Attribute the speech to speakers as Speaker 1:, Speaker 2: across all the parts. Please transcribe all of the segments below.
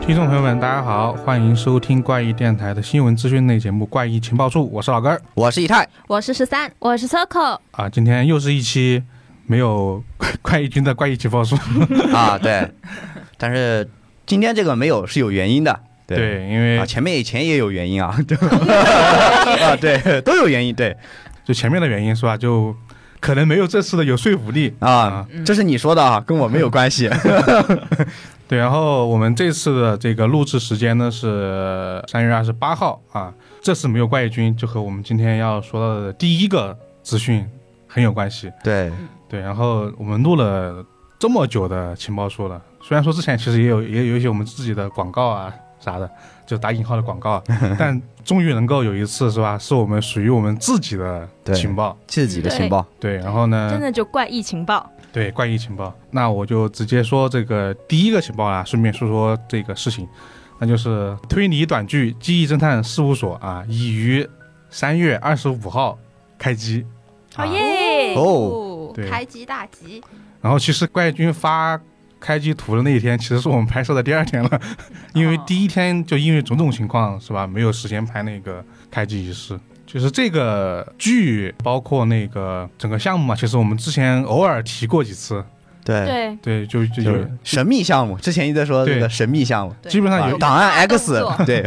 Speaker 1: 听众朋友们，大家好，欢迎收听怪异电台的新闻资讯类节目《怪异情报处》，我是老根儿
Speaker 2: 我是以太，
Speaker 3: 我是十三，我是 Circle，
Speaker 1: 啊。今天又是一期没有 怪异君的怪异情报处，
Speaker 2: 啊，对， 但是今天这个没有是有原因的，
Speaker 1: 对，因为
Speaker 2: 啊，前面以前也有原因啊，对啊，对，都有原因，对
Speaker 1: 就前面的原因是吧，就可能没有这次的有说服力。
Speaker 2: 啊，
Speaker 1: 嗯
Speaker 2: 这是你说的啊，跟我没有 关系
Speaker 1: 对，然后我们这次的这个录制时间呢是三月二十八号啊，这次没有怪异君，就和我们今天要说到的第一个资讯很有关系。
Speaker 2: 对
Speaker 1: 对，然后我们录了这么久的情报书了，虽然说之前其实也有也有一些我们自己的广告啊啥的，就打引号的广告，但终于能够有一次是吧，是我们属于我们自己的
Speaker 2: 对
Speaker 1: 情报。
Speaker 2: 自己的情报，
Speaker 1: 对，然后呢？
Speaker 3: 真的就怪异情报，
Speaker 1: 对，怪异情报。那我就直接说这个第一个情报啊，顺便说说这个事情，那就是推理短剧《记忆侦探事务所》啊，已于三月二十五号开机。啊
Speaker 3: 好耶！
Speaker 2: 哦
Speaker 1: 对
Speaker 4: 开机大吉，
Speaker 1: 然后其实怪军发开机图的那一天，其实是我们拍摄的第二天了，因为第一天就因为种种情况是吧，没有时间拍那个开机仪式。就是这个剧，包括那个整个项目嘛，其实我们之前偶尔提过几次，
Speaker 2: 对，
Speaker 3: 对，
Speaker 1: 对，就就
Speaker 2: 就
Speaker 1: 有
Speaker 2: 是神秘项目，之前一直在说
Speaker 1: 对
Speaker 2: 那个神秘项目，
Speaker 4: 对
Speaker 1: 基本上
Speaker 2: 啊
Speaker 1: 有
Speaker 2: 档案
Speaker 4: 动
Speaker 2: X，
Speaker 4: 作
Speaker 2: 对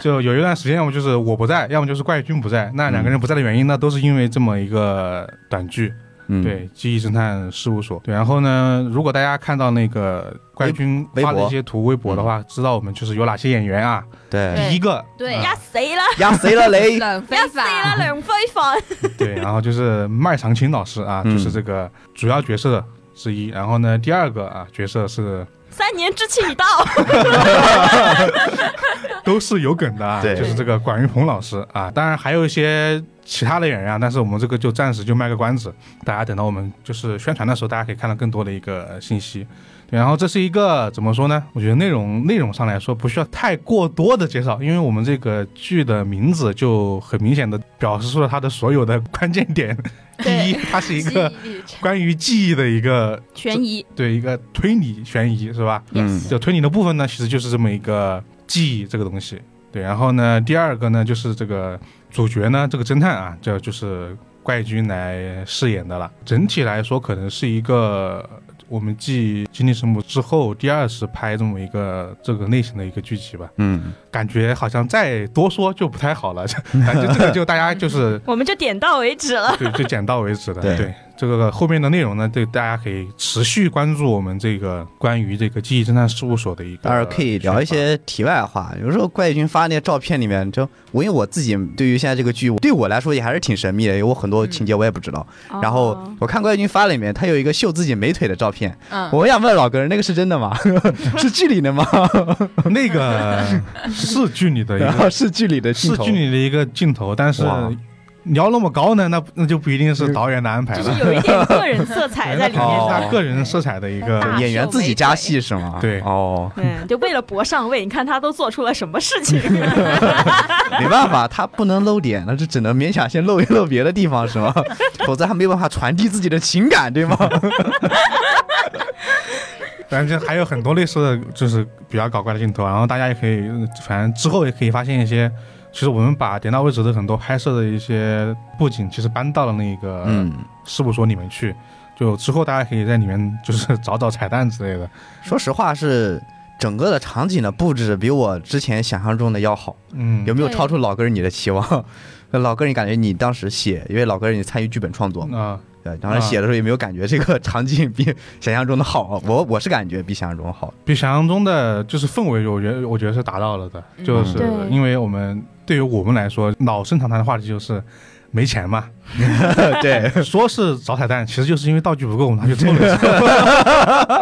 Speaker 1: 就有一段时间，要么就是我不在，要么就是怪军不在。那两个人不在的原因呢，都是因为这么一个短剧，，
Speaker 2: 嗯
Speaker 1: 对，记忆侦探事务所。对，然后呢，如果大家看到那个怪军
Speaker 2: 微
Speaker 1: 发的
Speaker 2: 博
Speaker 1: 一些图微博的话，知道我们就是有哪些演员啊？
Speaker 2: 嗯对，
Speaker 4: 对
Speaker 1: 第一个，
Speaker 4: 对
Speaker 1: 啊
Speaker 3: 压死了，
Speaker 2: 压谁了 雷？
Speaker 4: 冷非
Speaker 3: 压死了
Speaker 4: 法，
Speaker 3: 梁非凡，
Speaker 1: 对，然后就是麦长青老师啊，
Speaker 2: 嗯
Speaker 1: 就是这个主要角色之一。然后呢，第二个啊角色是
Speaker 3: 三年之期已到，
Speaker 1: 都是有梗的，啊，
Speaker 2: 对
Speaker 1: 就是这个管云鹏老师啊。当然还有一些其他的演员啊，但是我们这个就暂时就卖个关子，大家等到我们就是宣传的时候，大家可以看到更多的一个信息。对，然后这是一个怎么说呢？我觉得内容内容上来说不需要太过多的介绍，因为我们这个剧的名字就很明显的表示出了它的所有的关键点。第一，它是一个
Speaker 4: 记忆力差
Speaker 1: 关于记忆的一个
Speaker 3: 悬疑，
Speaker 1: 对一个推理悬疑是吧？
Speaker 2: 嗯
Speaker 1: 就推理的部分呢，其实就是这么一个记忆这个东西。对，然后呢，第二个呢，就是这个主角呢，这个侦探啊，这就是怪君来饰演的了。整体来说，可能是一个我们继《经历神捕》之后第二次拍这么一个这个类型的一个剧集吧。
Speaker 2: 嗯，
Speaker 1: 感觉好像再多说就不太好了， 感觉这个就大家就是
Speaker 3: 我们就点到为 止了。
Speaker 1: 对，就点到为止的。
Speaker 2: 对
Speaker 1: 这个后面的内容呢，对大家可以持续关注我们这个关于这个记忆侦探事务所的一个。
Speaker 2: 当然可以聊一。些题外话。有时候怪异君发那些照片里面，就我因为我自己对于现在这个剧，对我来说也还是挺神秘的，有我很多情节我也不知道。然后
Speaker 3: 哦
Speaker 2: 我看怪异君发了里面，他有一个秀自己美腿的照片，
Speaker 4: 嗯，
Speaker 2: 我想问老哥，那个是真的吗？ 是剧里的吗？
Speaker 1: 那 个是剧里的一
Speaker 2: 然
Speaker 1: 个，
Speaker 2: 后是剧里的 镜
Speaker 1: 是
Speaker 2: 头
Speaker 1: 剧。里的一个镜头，但是
Speaker 2: 哇
Speaker 1: 聊那么高呢，那那就不一定是导演的安排
Speaker 3: 就
Speaker 1: 了
Speaker 3: 是，有一点个人色彩在里
Speaker 1: 对那肯定
Speaker 3: 面
Speaker 1: 是
Speaker 3: 的，
Speaker 1: 他个人色彩的一个
Speaker 4: 大。
Speaker 2: 演员自己加戏是吗？
Speaker 1: 对
Speaker 2: 哦，
Speaker 3: 嗯，就为了博上位，你看他都做出了什么事情？
Speaker 2: 没办法，他不能露脸，那就只能勉强先露一露别的地方是吗？ 否则他没有办法传递自己的情感，对吗？
Speaker 1: 反正还有很多类似的就是比较搞怪的镜头，然后大家也可以，嗯反正之后也可以发现一些。其实我们把点到为止的很多拍摄的一些布景，其实搬到了那个
Speaker 2: 嗯，
Speaker 1: 事务所里面去。就之后大家可以在里面就是找找彩蛋之类的。
Speaker 2: 说实话是。整个的场景的布置比我之前想象中的要好，
Speaker 1: 嗯
Speaker 2: 有没有
Speaker 4: 对
Speaker 2: 超出老哥儿你的期望？ 老哥儿，你感觉你当时写，因为老哥儿你参与剧本创作嘛，
Speaker 1: 啊、
Speaker 2: 对，当时写的时候有没有感觉这个
Speaker 1: 嗯
Speaker 2: 场景比想象中的好？ 我我是感觉比想象中 好。
Speaker 1: 比想象中的就是氛围，我觉得我觉得是达到了的。
Speaker 4: 嗯
Speaker 1: 就是
Speaker 3: 对
Speaker 1: 因为我们对于我们来说，老生常谈的话题就是没钱嘛，
Speaker 2: 对，
Speaker 1: 说是找彩蛋，其实就是因为道具不够，我们拿去做了一次。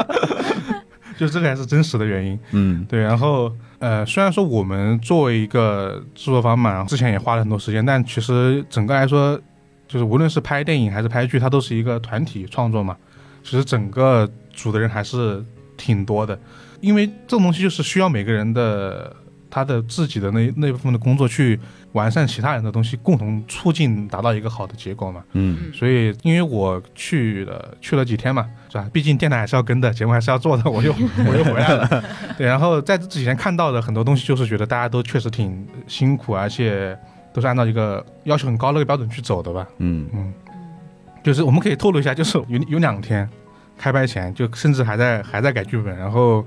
Speaker 1: 就这个还是真实的原因。
Speaker 2: 嗯
Speaker 1: 对，然后呃，虽然说我们作为一个制作方嘛，之前也花了很多时间，但其实整个来说，就是无论是拍电影还是拍剧，它都是一个团体创作嘛。其实整个组的人还是挺多的，因为这种东西就是需要每个人的他的自己的那那部分的工作去完善其他人的东西，共同促进达到一个好的结果嘛。
Speaker 2: 嗯
Speaker 1: 所以因为我去了去了几天嘛，是吧？毕竟电台还是要跟的，节目还是要做的，我又我又回来了。对，然后在这之前看到的很多东西，就是觉得大家都确实挺辛苦，而且都是按照一个要求很高的一个标准去走的吧。
Speaker 2: 嗯
Speaker 1: 嗯，就是我们可以透露一下，就是有有两天开拍前，就甚至还在还在改剧本，然后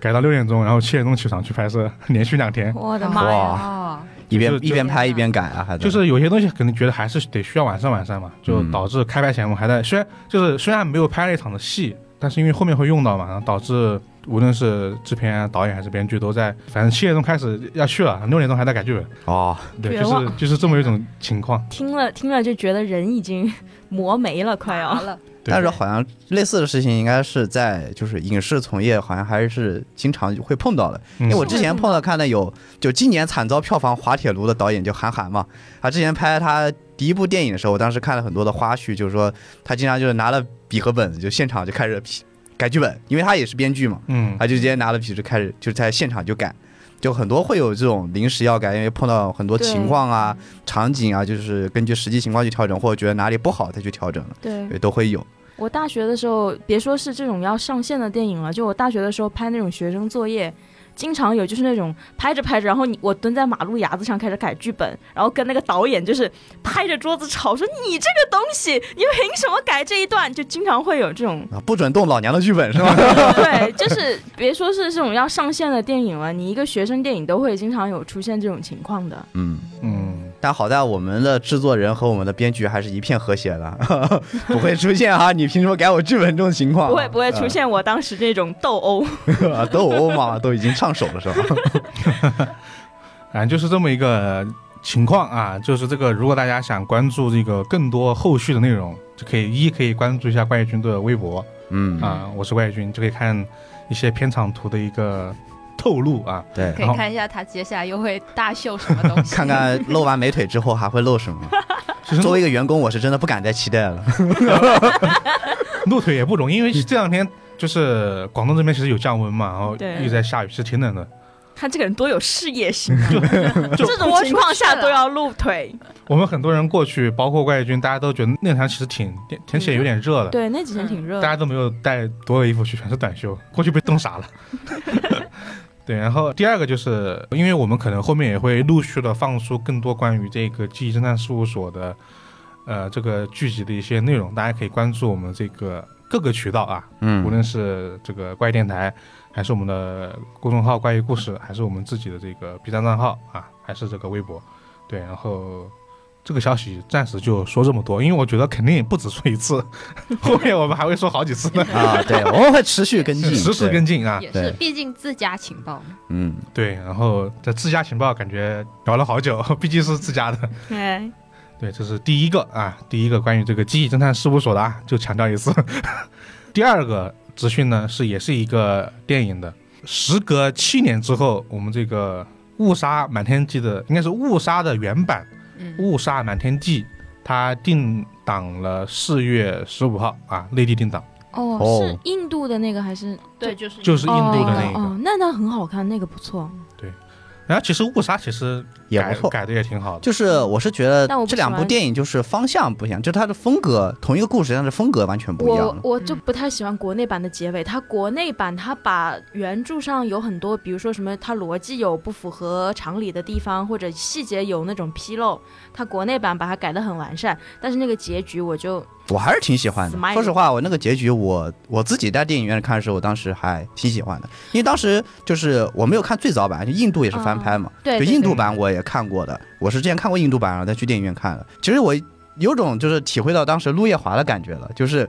Speaker 1: 改到六点钟，然后七点钟起床去拍摄，连续两天。
Speaker 4: 我的
Speaker 2: 哇
Speaker 4: 妈呀！
Speaker 2: 一边
Speaker 1: 就是
Speaker 2: 一边拍一边改啊，还在
Speaker 1: 就是有些东西可能觉得还是得需要完善完善嘛，就
Speaker 2: 嗯
Speaker 1: 导致开拍前我们还在，虽然就是虽然没有拍那场的戏，但是因为后面会用到嘛，然后导致无论是制片啊、导演还是编剧都在，反正七点钟开始要去了，六点钟还在改剧本，
Speaker 2: 哦，
Speaker 1: 对，
Speaker 3: 绝
Speaker 1: 就
Speaker 3: 望
Speaker 1: 是就是这么一种情况。
Speaker 3: 听了听了就觉得人已经磨没了，快要
Speaker 4: 麻。了，
Speaker 1: 对
Speaker 2: 但是好像类似的事情应该是在就是影视从业好像还是经常会碰到的，
Speaker 1: 因
Speaker 2: 因哎为我
Speaker 4: 是
Speaker 2: 之
Speaker 4: 会
Speaker 2: 前
Speaker 4: 碰
Speaker 2: 碰到看到有，就今年惨遭票房滑铁卢的导演就韩寒嘛，他之前拍他第一部电影的时候，我当时看了很多的花絮，就是说他经常就是拿了笔和本子就现场就开始批改剧本，因为他也是编剧嘛，
Speaker 1: 嗯
Speaker 2: 他就直接拿了笔就开始就在现场就改，就很多会有这种临时要改，因为碰到很多情
Speaker 3: 对
Speaker 2: 况啊、场景啊，就是根据实际情况去调整，或者觉得哪里不好再去调整了，
Speaker 3: 对
Speaker 2: 对，都会有。
Speaker 3: 我大学的时候，别说是这种要上线的电影了，就我大学的时候拍那种学生作业。经常有就是那种拍着拍着，然后你我蹲在马路牙子上开始改剧本，然后跟那个导演就是拍着桌子吵说你这个东西，你凭什么改这一段？就经常会有这 种
Speaker 2: 啊，不准动老娘的剧本是吧？
Speaker 3: 对，就是别说是这种要上线的电影了，你一个学生电影都会经常有出现这种情况的。
Speaker 2: 嗯，
Speaker 1: 嗯，
Speaker 2: 但好在我们的制作人和我们的编剧还是一片和谐的，不会出现啊！你凭什么改我剧本这种情况啊？
Speaker 3: 不会不会出现我当时这种斗殴，
Speaker 2: 呃斗殴嘛，都已经上手了是 吧？
Speaker 1: 反正就是这么一个情况啊，就是这个，如果大家想关注这个更多后续的内容，就可以一可以关注一下怪异君的微博
Speaker 2: 嗯，
Speaker 1: 啊，我是怪异君，就可以看一些片场图的一个透露啊。
Speaker 2: 对，
Speaker 4: 可以看一下他接下来又会大秀什么东西。
Speaker 2: 看看露完美腿之后还会露 什么。
Speaker 1: 其实
Speaker 2: 作为一个员工，我是真的不敢再期 待了。
Speaker 1: 露腿也不容易，因为这两天就是广东这边其实有降温嘛，然后
Speaker 3: 对
Speaker 1: 一直在下雨，其实挺冷的。
Speaker 3: 他这个人多有事业心啊！这种情况下都要露腿。
Speaker 1: 我们很多人过去，包括怪异君，大家都觉得那场其实挺天气也有点热的，
Speaker 3: 对，那几天挺热
Speaker 1: 大，家都没有带多的衣服去，全是短袖， 过去被冻傻了。对，然后第二个就是，因为我们可能后面也会陆续的放出更多关于这个《记忆侦探事务所》的，呃，这个剧集的一些内容，大家可以关注我们这个各个渠道啊，无
Speaker 2: 嗯，
Speaker 1: 论是这个怪异电台，还是我们的公众号“怪异故事”，还是我们自己的这个 B 站账号啊，还是这个微博，对，然后这个消息暂时就说这么多，因为我觉得肯定也不止说一次， 后面我们还会说好几次呢，
Speaker 2: 啊，对，我们会持续跟进，
Speaker 1: 实时
Speaker 2: 嗯对
Speaker 1: 跟进啊，
Speaker 4: 也
Speaker 2: 对
Speaker 4: 是，毕竟自家情报嘛。
Speaker 2: 嗯，
Speaker 1: 对，然后这自家情报感觉 聊了好久，毕竟是自家的，
Speaker 3: 哎，
Speaker 1: 对，这是第一个啊，第一个关于这个记忆侦探事务所的啊，就强调一次。 第二个资讯呢是也是一个电影的，时隔七年之后，我们这个《误杀瞒天记》的应该是《误杀》的原版《
Speaker 4: 嗯，
Speaker 1: 误杀瞒天记》，它定档了四月十五号啊，内地定档，
Speaker 3: 哦，
Speaker 2: 哦
Speaker 3: 是印度的那个还是
Speaker 4: 对，就是
Speaker 1: 就是印度的
Speaker 3: 哦
Speaker 1: 那一个。
Speaker 3: 哦，那那很好看，那个不错。
Speaker 1: 然后其实《误杀》其实
Speaker 2: 也
Speaker 1: 改
Speaker 2: 不错。
Speaker 1: 改的也挺好的，
Speaker 2: 就是我是觉得
Speaker 3: 但我不
Speaker 2: 这两
Speaker 3: 喜
Speaker 2: 部
Speaker 3: 欢
Speaker 2: 电影就是方向不一样，就是它的风格同一个故事，但是风格完全不一样
Speaker 3: 我
Speaker 2: 了。
Speaker 3: 我就不太喜欢国内版的结尾，它国内版它把原著上有很多，比如说什么它逻辑有不符合常理的地方，或者细节有那种纰漏，它国内版把它改得很完善，但是那个结局我就
Speaker 2: 我还是挺喜欢的
Speaker 3: Smile。
Speaker 2: 说实话，我那个结局我，我自己在电影院看的时候，我当时还挺喜欢的，因为当时就是我没有看最早版，就印度也是翻拍嘛，
Speaker 3: 嗯对
Speaker 2: 就
Speaker 3: 对
Speaker 2: 印度版我也看过的，我是之前看过印度版，然后再去电影院看的。其实我有种就是体会到当时陆夜华的感觉了，就是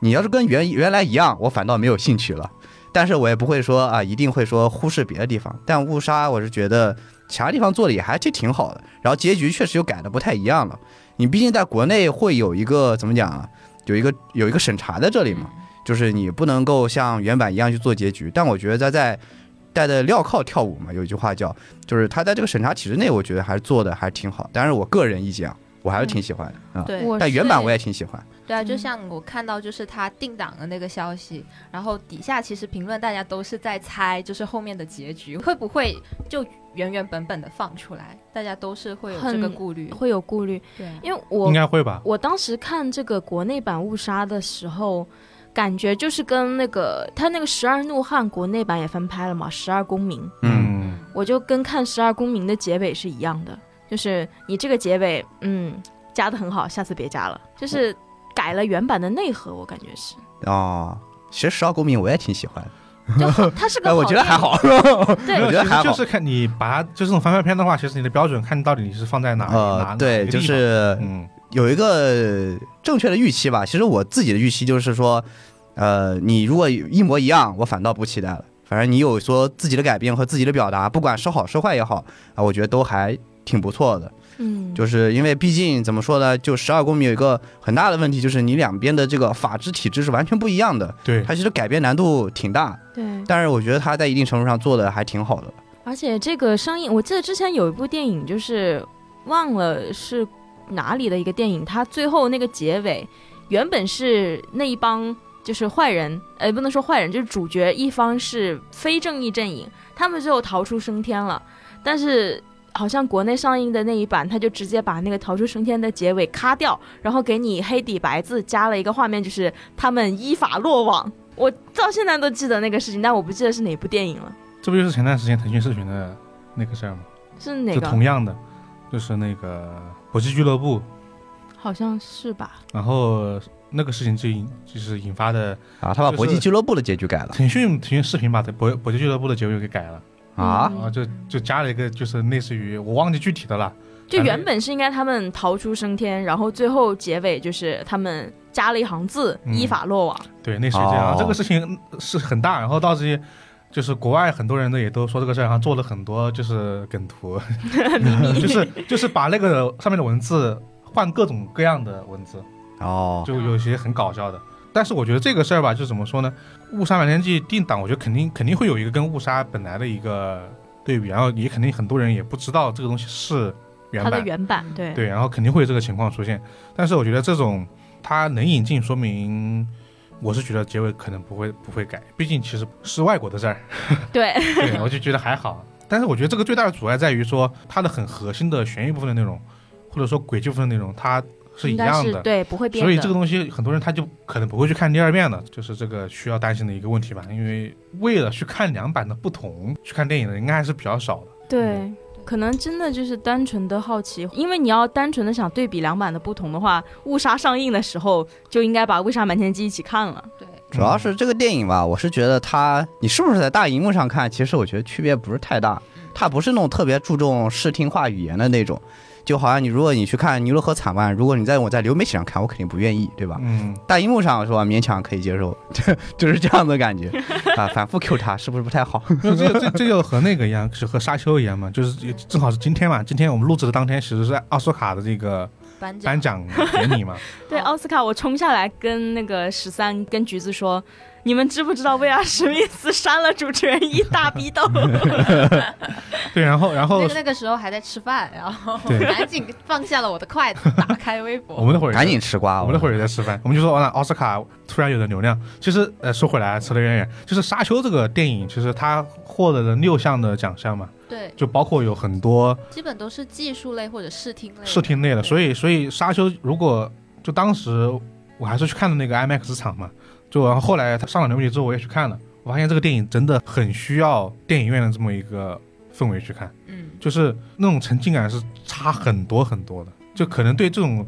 Speaker 2: 你要是跟原原来一样，我反倒没有兴趣了，但是我也不会说啊，一定会说忽视别的地方。但误杀，我是觉得其他地方做的也还挺挺好的，然后结局确实又改的不太一样了。你毕竟在国内会有一个怎么讲啊，有一个有一个审查在这里嘛，就是你不能够像原版一样去做结局。但我觉得在在带着镣铐跳舞嘛，有一句话叫，就是他在这个审查体制内，我觉得还是做的还挺好。但是我个人意见啊，我还是挺喜欢的啊。
Speaker 4: 对
Speaker 3: 我
Speaker 2: 但原版
Speaker 4: 是
Speaker 2: 我也挺喜欢，
Speaker 4: 对啊，就
Speaker 3: 嗯
Speaker 4: 像我看到就是他定档的那个消息，然后底下其实评论大家都是在猜，就是后面的结局会不会就原原本本的放出来，大家都是会有这个
Speaker 3: 很
Speaker 4: 顾虑。
Speaker 3: 会有顾虑，
Speaker 4: 对，
Speaker 3: 因为我
Speaker 1: 应该会吧？
Speaker 3: 我当时看这个国内版《误杀》的时候，感觉就是跟那个他那个《十二怒汉》国内版也翻拍了嘛，《十二公民》，
Speaker 2: 嗯，
Speaker 1: 嗯，
Speaker 3: 我就跟看《十二公民》的结尾是一样的，就是你这个结尾，嗯，加的很好，下次别加了，
Speaker 2: 嗯
Speaker 3: 就是改了原版的内核，我感觉 是，
Speaker 2: 哦，其实《十二公民》我也挺喜欢的，
Speaker 3: 就好它是个
Speaker 2: 哎，
Speaker 3: 好，
Speaker 2: 我觉得还，好。
Speaker 1: 没有
Speaker 2: 我
Speaker 3: 对
Speaker 1: 其
Speaker 2: 觉得
Speaker 1: 实
Speaker 2: 还好
Speaker 1: 就是看你把它，就是这种翻拍片的话，其实你的标准看到底你是放在哪里哪
Speaker 2: 呃，对，就，
Speaker 1: 哪
Speaker 2: 是
Speaker 1: 哪一个地方嗯，
Speaker 2: 有一个正确的预期吧。其实我自己的预期就是说，呃，你如果一模一样，我反倒不期待了。反正你有说自己的改变和自己的表达，不管是好是坏也好啊，我觉得都还挺不错的。
Speaker 3: 嗯，
Speaker 2: 就是因为毕竟怎么说呢，就十二公民有一个很大的问题，就是你两边的这个法治体制是完全不一样的，
Speaker 1: 对，
Speaker 2: 它其实改变难度挺大。
Speaker 3: 对，
Speaker 2: 但是我觉得它在一定程度上做的还挺好的。
Speaker 3: 而且这个上映，我记得之前有一部电影，就是忘了是哪里的一个电影，它最后那个结尾原本是那一帮就是坏人，呃，不能说坏人，就是主角一方是非正义阵营，他们最后逃出升天了，但是。好像国内上映的那一版，他就直接把那个逃出升天的结尾咔掉，然后给你黑底白字加了一个画面，就是他们依法落网。我到现在都记得那个事情，但我不记得是哪部电影了，
Speaker 1: 这不就是前段时间腾讯视频的那个事儿吗？
Speaker 3: 是哪
Speaker 1: 就
Speaker 3: 个？
Speaker 1: 同样的，就是那个《搏击俱乐部》，
Speaker 3: 好像是吧？
Speaker 1: 然后那个事情就引就是引发的
Speaker 2: 啊，他把
Speaker 1: 就是
Speaker 2: 搏击俱乐部的结局改了
Speaker 1: 腾讯腾讯视频把《搏搏击俱乐部》的结尾给改了，
Speaker 2: 啊
Speaker 1: 然后就就加了一个就是类似于我忘记具体的了，
Speaker 3: 就原本是应该他们逃出升天，然后最后结尾就是他们加了一行字“
Speaker 1: 嗯
Speaker 3: 依法落网
Speaker 1: 对，类似于这样。
Speaker 2: 哦
Speaker 1: 然后啊这个事情是很大，然后到这些。就是国外很多人呢也都说这个事儿，然后做了很多就是梗 图， 就是就是把那个上面的文字换各种各样的文字，
Speaker 2: 哦，
Speaker 1: 就有些很搞笑的。但是我觉得这个事儿吧，就怎么说呢，《误杀瞒天记》定档，我觉得肯定肯定会有一个跟《误杀》本来的一个对比，然后也肯定很多人也不知道这个东西是”，原
Speaker 3: 它
Speaker 1: 版
Speaker 3: 的原版对
Speaker 1: 对，然后肯定会有这个情况出现。但是我觉得这种它能引进，说明我是觉得结尾可能不会不会改，毕竟其实是外国的 事儿，
Speaker 3: 对
Speaker 1: 对我就觉得还好。但是我觉得这个最大的阻碍在于说它的很核心的悬疑部分的内容，或者说轨迹部分的内容，它是一
Speaker 3: 应该
Speaker 1: 样
Speaker 3: 是
Speaker 1: 的。
Speaker 3: 对不会变的。
Speaker 1: 所以这个东西很多人他就可能不会去看第二遍的，就是这个需要担心的一个问题吧。因为为了去看两版的不同，去看电影的应该还是比较少的。
Speaker 3: 对，
Speaker 1: 嗯
Speaker 3: 可能真的就是单纯的好奇，因为你要单纯的想对比两版的不同的话，《误杀》上映的时候就应该把《误杀瞒天记》一起看了。
Speaker 4: 对，
Speaker 2: 主要是这个电影吧，我是觉得它，你是不是在大荧幕上看，其实我觉得区别不是太大。它不是那种特别注重视听化语言的那种，就好像你如果你去看《尼罗河惨案》，如果你在我在流媒体上看，我肯定不愿意，对吧？
Speaker 1: 嗯，
Speaker 2: 大荧幕上是吧，勉强可以接受，就是这样的 感觉啊。反复 Q 它是不是不太好？
Speaker 1: 没有这个这这就和那个一样，是和沙丘一样嘛，就是也正好是今天嘛，今天我们录制的当天其实是奥斯卡的这个
Speaker 4: 颁奖
Speaker 1: 颁奖典礼 嘛，
Speaker 3: 对，奥斯卡，我冲下来跟那个十三跟橘子说，你们知不知道威尔史密斯扇了主持人一大逼 斗？
Speaker 1: 对，然后然后
Speaker 4: 那个那个时候还在吃饭，然后
Speaker 1: 对
Speaker 4: 赶紧放下了我的筷 子，打开微博。
Speaker 1: 我们那会儿也
Speaker 2: 赶紧吃瓜！啊
Speaker 1: 我们那会儿也在吃饭，我们就说哦完了奥斯卡突然有了流量。其实呃说回来，扯得有点远，就是《沙丘》这个电影，其实它获得了六项的奖项嘛，
Speaker 4: 对，
Speaker 1: 就包括有很多
Speaker 4: 基本都是技术类或者视听类的。
Speaker 1: 视听类的，
Speaker 4: 对
Speaker 1: 所以所以《沙丘》如果就当时我还是去看的那个 IMAX 场嘛，就然后后来它上了流媒体之后我也去看了，我发现这个电影真的很需要电影院的这么一个氛围去看，
Speaker 4: 嗯，
Speaker 1: 就是那种沉浸感是差很多很多的，就可能对这种。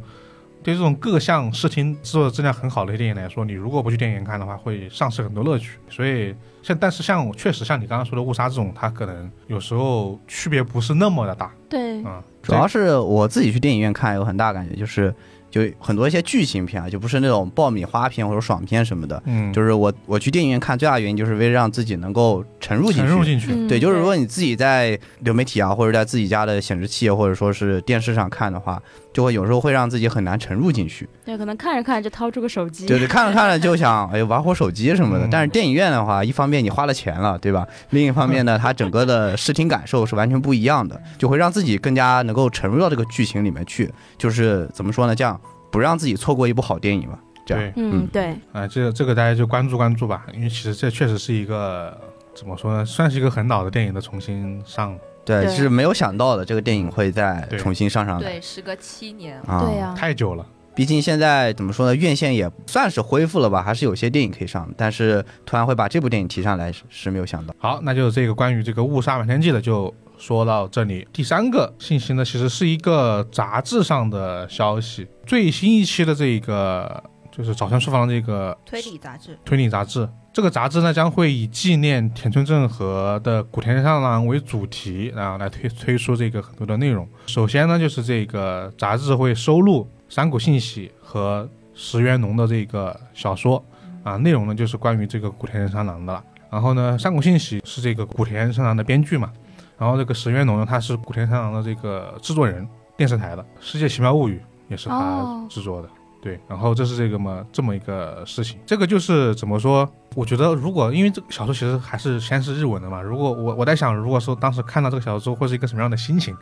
Speaker 1: 对这种各项视听制作质量很好的电影来说，你如果不去电影院看的话，会丧失很多乐趣。所以，像但是像我确实像你刚刚说的《误杀》这种，它可能有时候区别不是那么的大
Speaker 3: 对，
Speaker 1: 啊。
Speaker 2: 主要是我自己去电影院看，有很大感觉就是，就很多一些剧情片啊，就不是那种爆米花片或者爽片什么的。
Speaker 1: 嗯，
Speaker 2: 就是我我去电影院看，最大的原因就是为了让自己能够沉入进
Speaker 1: 沉
Speaker 2: 去。
Speaker 1: 入进去，
Speaker 3: 嗯
Speaker 2: 对，就是如果你自己在流媒体啊，或者在自己家的显示器啊或者说是电视上看的话，就会有时候会让自己很难沉入进去。
Speaker 3: 对，可能看着看着就掏出个手机，
Speaker 2: 对对，看着看着 就想，哎，玩会儿手机什么的
Speaker 1: 嗯。
Speaker 2: 但是电影院的话，一方面你花了钱了，对吧？另一方面呢，它整个的视听感受是完全不一样的，就会让自己更加能够沉入到这个剧情里面去。就是怎么说呢？这样不让自己错过一部好电影吧。这样
Speaker 1: 对，
Speaker 3: 嗯
Speaker 2: 嗯，
Speaker 3: 对，
Speaker 1: 啊、这个这个大家就关注关注吧，因为其实这确实是一个怎么说呢，算是一个很老的电影的重新上，
Speaker 2: 对，
Speaker 3: 对
Speaker 2: 是没有想到的，这个电影会再
Speaker 1: 对
Speaker 2: 重新上
Speaker 1: 啊
Speaker 2: 上来。
Speaker 4: 对，时隔七年，
Speaker 2: 啊
Speaker 3: 对呀、
Speaker 1: 太久了，
Speaker 2: 毕竟现在怎么说呢，院线也算是恢复了吧，还是有些电影可以上，但是突然会把这部电影提上来是是没有想到。
Speaker 1: 好，那就这个关于这个《误杀瞒天记》的就说到这里。第三个信息呢，其实是一个杂志上的消息，最新一期的这个就是早上书房的这个
Speaker 4: 推理杂志，
Speaker 1: 推理杂志。这个杂志呢，将会以纪念田村正和的古田三郎为主题，然后来推推出这个很多的内容。首先呢，就是这个杂志会收录山谷信喜和石原农的这个小说，啊，内容呢就是关于这个古田三郎的了。然后呢，山谷信喜是这个古田三郎的编剧嘛，然后这个石原农呢，他是古田三郎的这个制作人，电视台的《世界奇妙物语》也是他
Speaker 3: 哦
Speaker 1: 制作的。对，然后这是这个嘛这么一个事情，这个就是怎么说？我觉得如果因为这个小说其实还是先是日文的嘛，如果我我在想，如果说当时看到这个小说之后会是一个什么样的心情？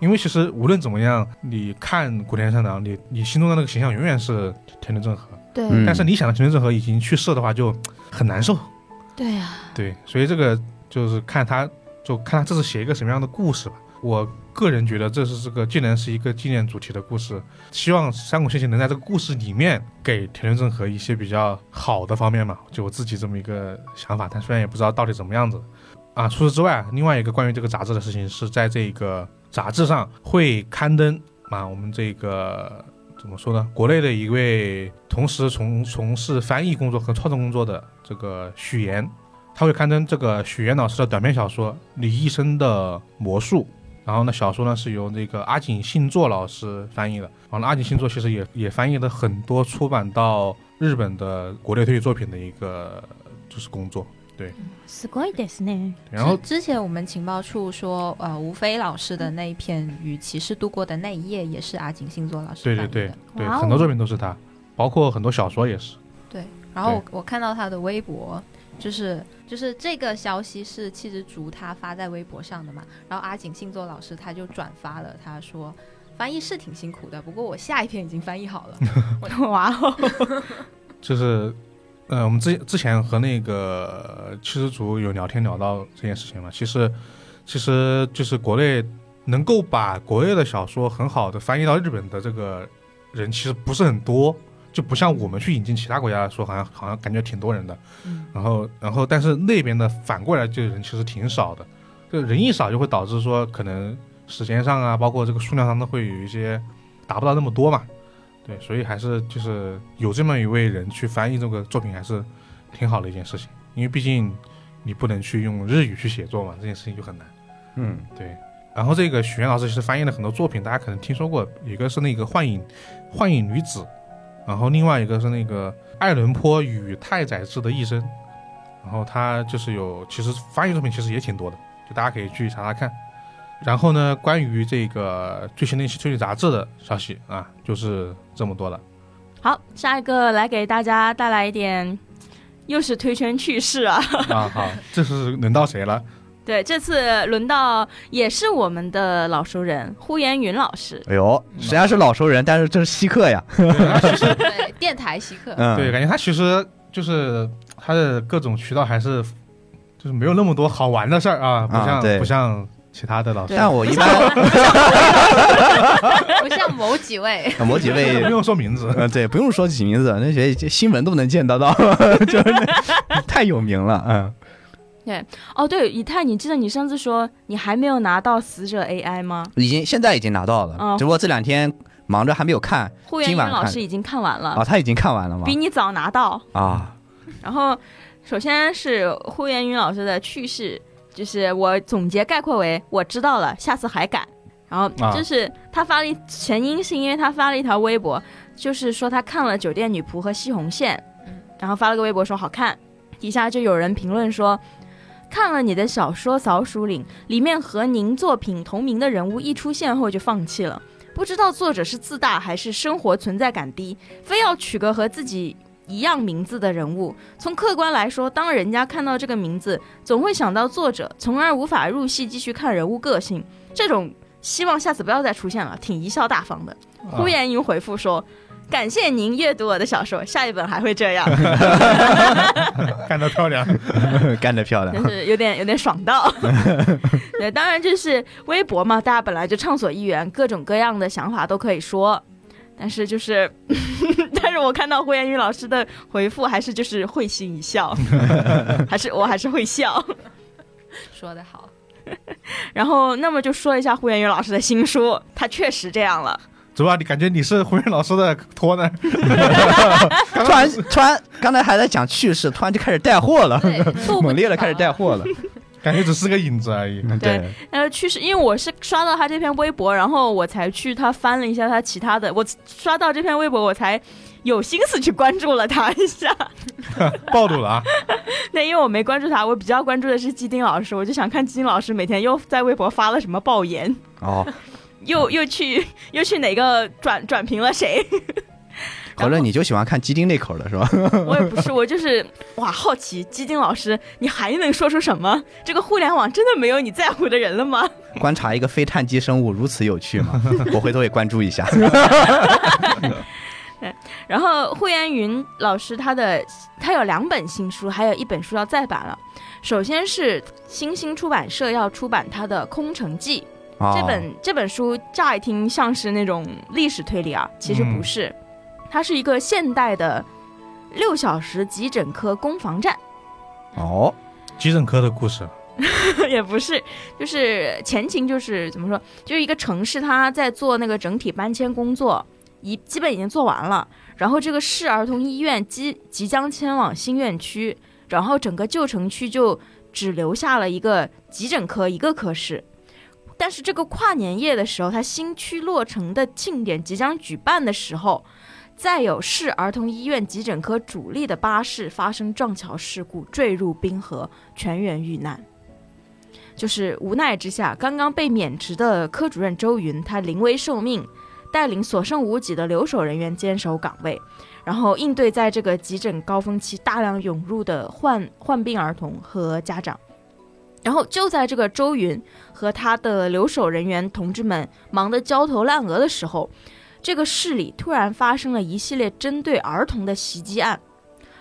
Speaker 1: 因为其实无论怎么样，你看古田三郎，你你心中的那个形象永远是田村正和，
Speaker 3: 对、
Speaker 2: 嗯
Speaker 1: 但是你想的田村正和已经去世的话，就很难受。
Speaker 3: 对
Speaker 4: 啊
Speaker 3: 呀、
Speaker 1: 对，所以这个就是看他，就看他这次写一个什么样的故事吧。我个人觉得这是这个既然是一个纪念主题的故事，希望山谷信息能在这个故事里面给田村正和一些比较好的方面嘛，就我自己这么一个想法，但虽然也不知道到底怎么样子啊。除此之外，另外一个关于这个杂志的事情是在这个杂志上会刊登啊，我们这个怎么说呢？国内的一位同时从从事翻译工作和创作工作的这个许岩，他会刊登这个许岩老师的短篇小说《李医生的魔术》，然后呢，小说呢是由这个阿井信作老师翻译的。然后呢阿井信作其实也也翻译了很多出版到日本的国内推理作品的一个就是工作。
Speaker 3: すごいですね。
Speaker 1: 然后
Speaker 4: 之之前我们情报处说，呃，吴飞老师的那一篇《与骑士度过的那一夜》也是阿井信作老师
Speaker 1: 对
Speaker 4: 翻
Speaker 1: 对
Speaker 4: 译的
Speaker 1: 对对，
Speaker 3: 哇哦
Speaker 1: 很多作品都是他，包括很多小说也是。
Speaker 4: 对，然后我我看到他的微博，就是就是这个消息是七之竹他发在微博上的嘛，然后阿井信作老师他就转发了，他说翻译是挺辛苦的，不过我下一篇已经翻译 好了，
Speaker 3: 哇哦，
Speaker 1: 就是，呃，我们之之前和那个七十组有聊天聊到这件事情嘛，其实，其实就是国内能够把国内的小说很好的翻译到日本的这个人其实不是很多，就不像我们去引进其他国家来说，好像好像感觉挺多人的，
Speaker 4: 嗯
Speaker 1: 然后然后但是那边的反过来就人其实挺少的，就人一少就会导致说可能时间上啊，包括这个数量上都会有一些达不到那么多嘛。对，所以还是就是有这么一位人去翻译这个作品，还是挺好的一件事情。因为毕竟你不能去用日语去写作嘛，这件事情就很难。
Speaker 2: 嗯，
Speaker 1: 对。然后这个许愿老师其实翻译了很多作品，大家可能听说过，一个是那个《幻影幻影女子》，然后另外一个是那个《爱伦坡与太宰治的一生》，然后他就是有，其实翻译作品其实也挺多的，就大家可以去查查看。然后呢，关于这个最新的一期推理杂志的消息啊，就是这么多了。
Speaker 3: 好，下一个来给大家带来一点，又是推圈趣事啊。
Speaker 1: 啊，好，这是轮到谁了？
Speaker 3: 对，这次轮到也是我们的老熟人呼延云老师。
Speaker 2: 哎呦，虽然是老熟人，但是这是稀客呀。
Speaker 4: 对，电台稀客，
Speaker 2: 嗯，
Speaker 1: 对，，感觉他其实就是他的各种渠道还是就是没有那么多好玩的事儿啊，不
Speaker 2: 啊
Speaker 1: 像、
Speaker 2: 对
Speaker 1: 不像其他的老师
Speaker 3: 对。
Speaker 2: 但我一般
Speaker 4: 不像某几位
Speaker 2: 呃某几 位
Speaker 1: 不用说名 字，
Speaker 2: 呃，对，不用说起名字，那些新闻都能见得到， 就是那太有名了，嗯，
Speaker 3: 哦，对，以太，你记得你上次说你还没有拿到死者 AI 吗？
Speaker 2: 已经现在已经拿到了
Speaker 3: 嗯，
Speaker 2: 只不过这两天忙着还没有看
Speaker 3: 呼延云
Speaker 2: 今晚
Speaker 3: 老
Speaker 2: 看
Speaker 3: 师已经看完了，
Speaker 2: 啊，他已经看完了吗
Speaker 3: 比？你早拿到。
Speaker 2: 啊，
Speaker 3: 然后，首先是呼延云老师的趣事，就是我总结概括为我知道了，下次还敢。然后
Speaker 1: 啊
Speaker 3: 就是他发了一前因是因为他发了一条微博，就是说他看了《酒店女仆》和《西红线》
Speaker 4: 嗯，
Speaker 3: 然后发了个微博说好看，底下就有人评论说。看了你的小说《扫鼠岭》，里面和您作品同名的人物一出现后就放弃了，不知道作者是自大还是生活存在感低，非要取个和自己一样名字的人物。从客观来说，当人家看到这个名字，总会想到作者，从而无法入戏继续看人物个性。这种希望下次不要再出现了，挺贻笑大方的。呼延云回复说：“感谢您阅读我的小说，下一本还会这样，
Speaker 1: 干得漂亮。
Speaker 2: 干得漂
Speaker 3: 就
Speaker 2: 亮。
Speaker 3: 是有点有点爽到。 对，当然就是微博嘛，大家本来就畅所欲言，各种各样的想法都可以说。但是就是， 但是我看到胡言宇老师的回复，还是就是会心一笑，还是我还是会笑。
Speaker 4: 说 得好，
Speaker 3: 然后，那么就说一下胡言宇老师的新书，他确实这样了。
Speaker 1: 主要你感觉你是胡云老师的托呢？
Speaker 2: 突然突然，刚才还在讲趣事，突然就开始带货了，
Speaker 4: 对，猝不
Speaker 2: 猛烈的
Speaker 4: 及
Speaker 2: 开始
Speaker 4: 防
Speaker 2: 带货 了。
Speaker 1: 感觉只是个影子而
Speaker 2: 嗯
Speaker 1: 已。
Speaker 3: 对，呃，去世，因为我是刷到他这篇微博，然后我才去他翻了一下他其他的，我刷到这篇微博，我才有心思去关注了他一下。
Speaker 1: 暴露了啊！
Speaker 3: 那因为我没关注他，我比较关注的是基丁老师，我就想看基丁老师每天又在微博发了什么爆言，
Speaker 2: 哦，
Speaker 3: 又又去又去哪个转转评了谁。
Speaker 2: 合着你就喜欢看鸡丁那口的 是吧？
Speaker 3: 我也不是，我就是哇，好奇基丁老师，你还能说出什么？这个互联网真的没有你在乎的人了吗？
Speaker 2: 观察一个非碳基生物如此有趣吗？ 我回头也关注一 下。
Speaker 3: 然后惠安云老师他的呃他有两本新书，还有一本书要再版了。首先是新兴出版社要出版他的《空城计》，
Speaker 2: 哦
Speaker 3: 这本这本书乍一听像是那种历史推理啊，其实不是，它是一个现代的六小时急诊科攻防战，
Speaker 2: 哦，
Speaker 1: 急诊科的故事，
Speaker 3: 也不是，就是前情就是怎么说，就是一个城市它在做那个整体搬迁工作，已基本已经做完了，然后这个市儿童医院即即将迁往新院区，然后整个旧城区就只留下了一个急诊科一个科室。但是这个跨年夜的时候，它新区落成的庆典即将举办的时候，再有市儿童医院急诊科主力的巴士发生撞桥事故，坠入冰河，全员遇难。就是无奈之下，刚刚被免职的科主任周云，他临危受命，带领所剩无几的留守人员坚守岗位，然后应对在这个急诊高峰期大量涌入的患患病儿童和家长。然后就在这个周云和他的留守人员同志们忙得焦头烂额的时候，这个市里突然发生了一系列针对儿童的袭击案，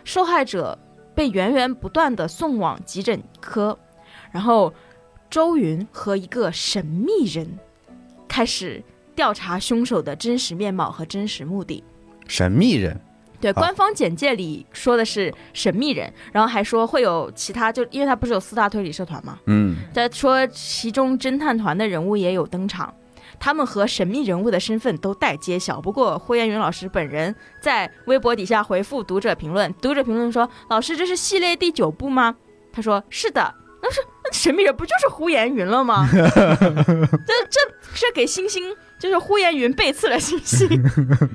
Speaker 3: 受害者被源源不断的送往急诊科，然后周云和一个神秘人开始调查凶手的真实面貌和真实目的。
Speaker 2: 神秘人
Speaker 3: 对，
Speaker 2: 好
Speaker 3: 官方简介里说的是神秘人，然后还说会有其他，就因为他不是有四大推理社团嘛，
Speaker 2: 嗯，
Speaker 3: 他说其中侦探团的人物也有登场，他们和神秘人物的身份都待揭晓。不过霍彦云老师本人在微博底下回复读者评论，读者评论说：“老师，这是系列第九部吗？”他说：“是的。”那是那神秘人不就是呼延云了吗？ 这这这给星星就是呼延云背刺了星星。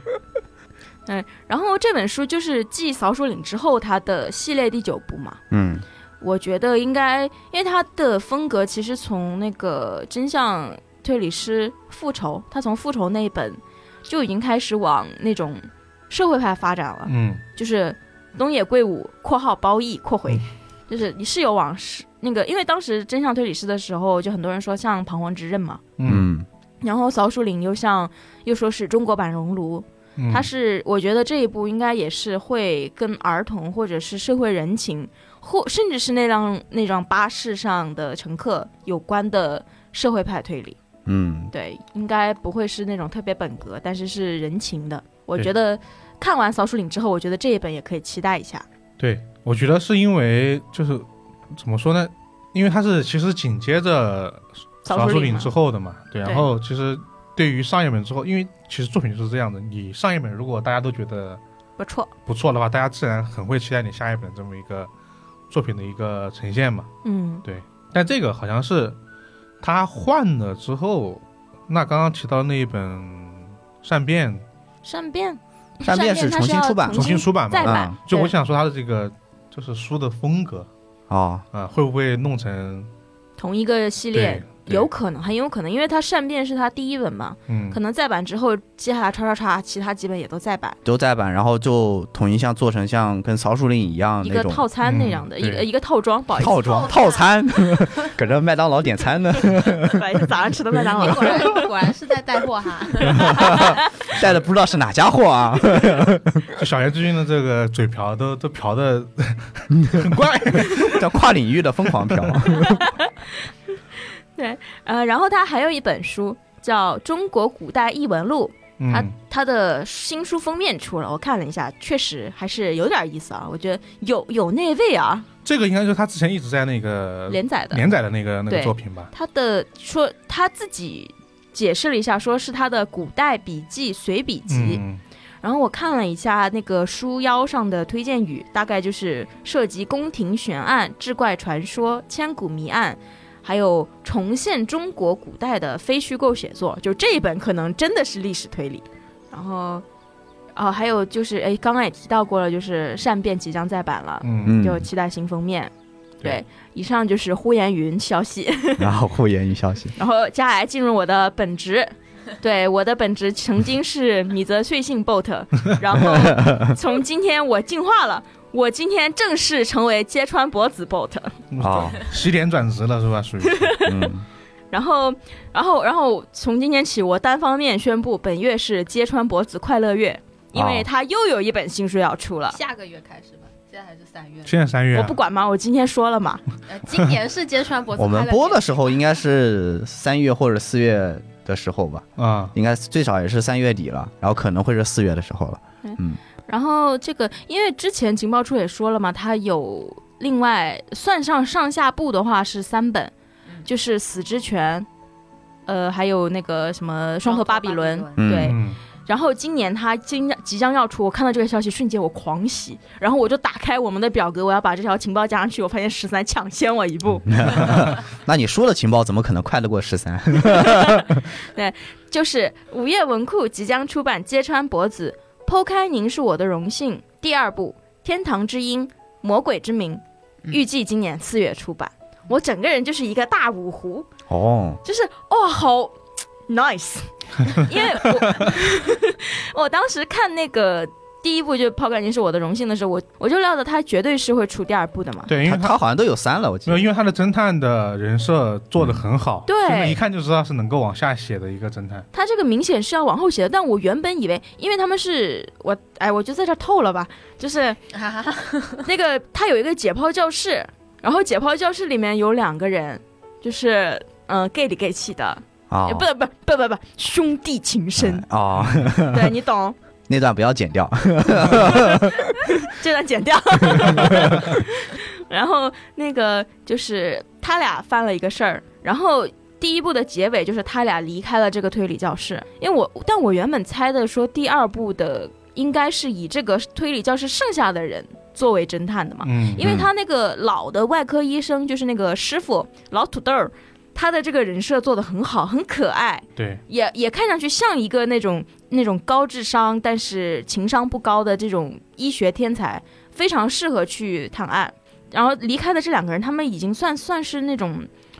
Speaker 3: 嗯，然后这本书就是继《扫帚岭》之后，它的系列第九部嘛。
Speaker 2: 嗯，
Speaker 3: 我觉得应该，因为他的风格其实从那个真相推理师复仇，他从复仇那一本就已经开始往那种社会派发展了，
Speaker 1: 嗯，
Speaker 3: 就是东野圭吾（括号褒义括回），就是你是有往是那个，因为当时真相推理师的时候，就很多人说像彷徨之刃嘛，
Speaker 2: 嗯，
Speaker 3: 然后扫帚岭又像又说是中国版熔炉，
Speaker 1: 嗯
Speaker 3: 它是我觉得这一部应该也是会跟儿童或者是社会人情，或甚至是那辆那辆巴士上的乘客有关的社会派推理。
Speaker 2: 嗯，
Speaker 3: 对，应该不会是那种特别本格，但是是人情的。我
Speaker 1: 对
Speaker 3: 觉得看完《扫帚岭》之后，我觉得这一本也可以期待一下。
Speaker 1: 对，我觉得是因为就是怎么说呢？因为它是其实紧接着《
Speaker 3: 扫
Speaker 1: 少
Speaker 3: 帚
Speaker 1: 数
Speaker 3: 岭
Speaker 1: 岭
Speaker 3: 嘛》
Speaker 1: 之后的嘛，对。
Speaker 3: 对
Speaker 1: 然后其实对于上一本之后，因为其实作品就是这样的，你上一本如果大家都觉得
Speaker 3: 不错，
Speaker 1: 不错的话，大家自然很会期待你下一本这么一个作品的一个呈现嘛。
Speaker 3: 嗯，
Speaker 1: 但这个好像是他换了之后，那刚刚提到那一本《善变》
Speaker 3: 善变，
Speaker 2: 善变是
Speaker 3: 它
Speaker 2: 重新
Speaker 3: 要
Speaker 2: 出版
Speaker 1: 重新出版嘛
Speaker 3: 再，
Speaker 2: 嗯，
Speaker 3: 版
Speaker 1: 啊就我
Speaker 3: 对
Speaker 1: 想说他的这个就是书的风格
Speaker 2: 哦，
Speaker 1: 啊、会不会弄成
Speaker 3: 同一个系列
Speaker 1: 对对
Speaker 3: 有可能，很有可能，因为他善变是他第一本嘛，
Speaker 1: 嗯
Speaker 3: 可能再版之后，接下来叉叉叉其他几本也都再版，
Speaker 2: 都再版，然后就统一像做成像跟扫鼠令一样
Speaker 3: 一
Speaker 2: 那
Speaker 3: 个
Speaker 2: 种
Speaker 3: 套餐那样的，
Speaker 1: 啊嗯
Speaker 3: 一个
Speaker 1: 对
Speaker 3: 一个套 装，不好意思，
Speaker 2: 套装套餐， 搁这麦当劳点餐 呢，
Speaker 3: 不好意思，早上吃的麦当
Speaker 4: 你
Speaker 3: 劳。
Speaker 4: 果
Speaker 1: 嗯
Speaker 4: 然果然是在带货哈。
Speaker 2: 带的不知道是哪家货啊。
Speaker 1: 就小袁最近的这个嘴瓢都都瓢的很怪，
Speaker 2: 叫跨领域的疯狂 嫖，
Speaker 3: 呃，然后他还有一本书叫《中国古代异闻录》，它
Speaker 1: 嗯，
Speaker 3: 它的新书封面出了，我看了一下，确实还是有点意思啊，我觉得有有那味啊，
Speaker 1: 这个应该就是他之前一直在那个
Speaker 3: 连载的。
Speaker 1: 连载的那个那个
Speaker 3: 对
Speaker 1: 作品吧，
Speaker 3: 他的说他自己解释了一下，说是他的古代笔记随笔集。
Speaker 1: 嗯，
Speaker 3: 然后我看了一下那个书腰上的推荐语，大概就是涉及宫廷悬案、志怪传说、千古谜案，还有重现中国古代的非虚构写作。就这一本可能真的是历史推理。然后，哦，还有就是，哎，刚刚也提到过了，就是《善变》即将再版了，
Speaker 1: 嗯，
Speaker 3: 就期待新封面。
Speaker 1: 对
Speaker 3: 对，以上就是呼延云消息。
Speaker 2: 然后互言与消息，
Speaker 3: 然后接下来进入我的本职，对，我的本职曾经是米泽穗信 bot，然后从今天我进化了，我今天正式成为揭穿博子 bot。
Speaker 2: 哦，
Speaker 1: 嗯 洗脸转职了是吧？属于是
Speaker 2: 嗯，
Speaker 3: 然后，然后，然后从今天起，我单方面宣布本月是揭穿博子快乐月，因为
Speaker 2: 哦
Speaker 3: 他又有一本新书要出了。
Speaker 4: 下个月开始吧，现在还是三月。
Speaker 1: 现在三月
Speaker 3: 我
Speaker 1: 啊，
Speaker 3: 不管嘛，我今天说了嘛，
Speaker 4: 呃，今年是揭穿脖子。
Speaker 2: 我们播的时候应该是三月或者四月的时候吧，
Speaker 1: 啊，
Speaker 2: 应该最少也是三月底了，然后可能会是四月的时候了。
Speaker 3: 然后这个，因为之前情报处也说了嘛，它有另外算上上下部的话是三本，
Speaker 4: 嗯
Speaker 3: 就是《死之泉》，呃，还有那个什么《
Speaker 4: 双
Speaker 3: 双头
Speaker 4: 头
Speaker 3: 巴比伦》
Speaker 4: 伦
Speaker 2: 嗯
Speaker 3: 对。
Speaker 1: 嗯，
Speaker 3: 然后今年它今即将要出，我看到这个消息瞬间我狂喜，然后我就打开我们的表格，我要把这条情报加上去，我发现十三抢先我一步，
Speaker 2: 那你说的情报怎么可能快得过十三？
Speaker 3: 就是午夜文库即将出版《揭穿脖子》，剖开您是我的荣幸第二部《天堂之音》《魔鬼之名》，预计今年四月出版。我整个人就是一个大五湖，
Speaker 2: 哦，
Speaker 3: 就是哇、好 nice，因为我我 当时看那个。第一部就抛开您是我的荣幸的时候，我我就料到他绝对是会出第二部的嘛。
Speaker 1: 对，因
Speaker 2: 他
Speaker 1: 为他
Speaker 2: 他好像都有三了，我记
Speaker 1: 没有，
Speaker 2: 得。
Speaker 1: 因为他的侦探的人设做的很好，
Speaker 3: 嗯对
Speaker 1: 真的一看就知道是能够往下写的一个侦探。
Speaker 3: 他这个明显是要往后写的，但我原本以为，因为他们是我，哎，我就在这儿透了吧，就是
Speaker 2: 嗯
Speaker 4: 哈哈哈
Speaker 3: 那个他有一个解剖教室，然后解剖教室里面有两个人，就是嗯、呃 gay 里 gay 气的，
Speaker 2: 啊
Speaker 3: 呃不不不不不兄弟情深，
Speaker 2: 哦，
Speaker 3: 对你懂，
Speaker 2: 那段不要剪掉。
Speaker 3: 这段剪掉。然后那个就是他俩犯了一个事儿，然后第一部的结尾就是他俩离开了这个推理教室，因为我但我原本猜的说第二部的应该是以这个推理教室剩下的人作为侦探的嘛，
Speaker 1: 嗯，
Speaker 3: 啊因为他那个老的外科医生，就是那个师傅老土豆儿，他的这个人设做的很好，很可爱，
Speaker 1: 对，
Speaker 3: 也也看上去像一个那种那种高智商但是情商不高的这种医学天才，非常适合去探案。然后离开的这两个人，他们已经算算是那种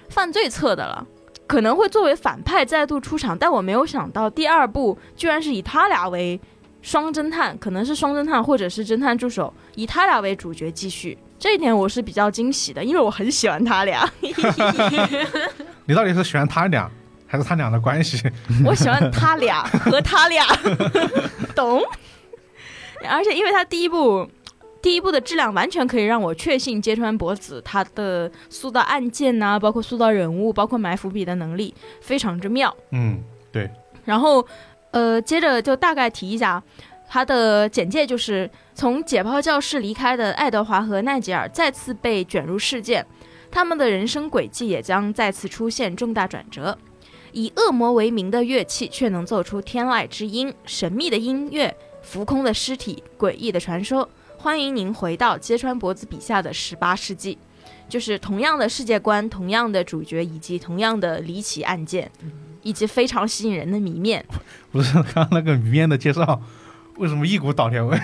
Speaker 3: 犯罪侧的了。可能会作为反派再度出场，但我没有想到第二部居然是以他俩为双侦探，可能是双侦探或者是侦探助手，以他俩为主角继续。这一点我是比较惊喜的，因为我很喜欢他俩，
Speaker 1: 你到底是喜欢他俩，还是他俩的关系？
Speaker 3: 我喜欢他俩和他俩，懂？而且因为他第一部，第一部的质量完全可以让我确信揭穿博子他的塑造案件呐、包括塑造人物，包括埋伏笔的能力非常之妙。
Speaker 1: 嗯，
Speaker 3: 然后，呃，接着就大概提一下他的简介，就是从解剖教室离开的爱德华和奈吉尔再次被卷入事件，他们的人生轨迹也将再次出现重大转折。以恶魔为名的乐器却能奏出天籁之音，神秘的音乐，浮空的尸体，诡异的传说。欢迎您回到揭穿脖子笔下的十八世纪，就是同样的世界观、同样的主角以及同样的离奇案件，以及非常吸引人的谜面。
Speaker 1: 不是刚刚那个谜面的介绍，为什么一股倒天味？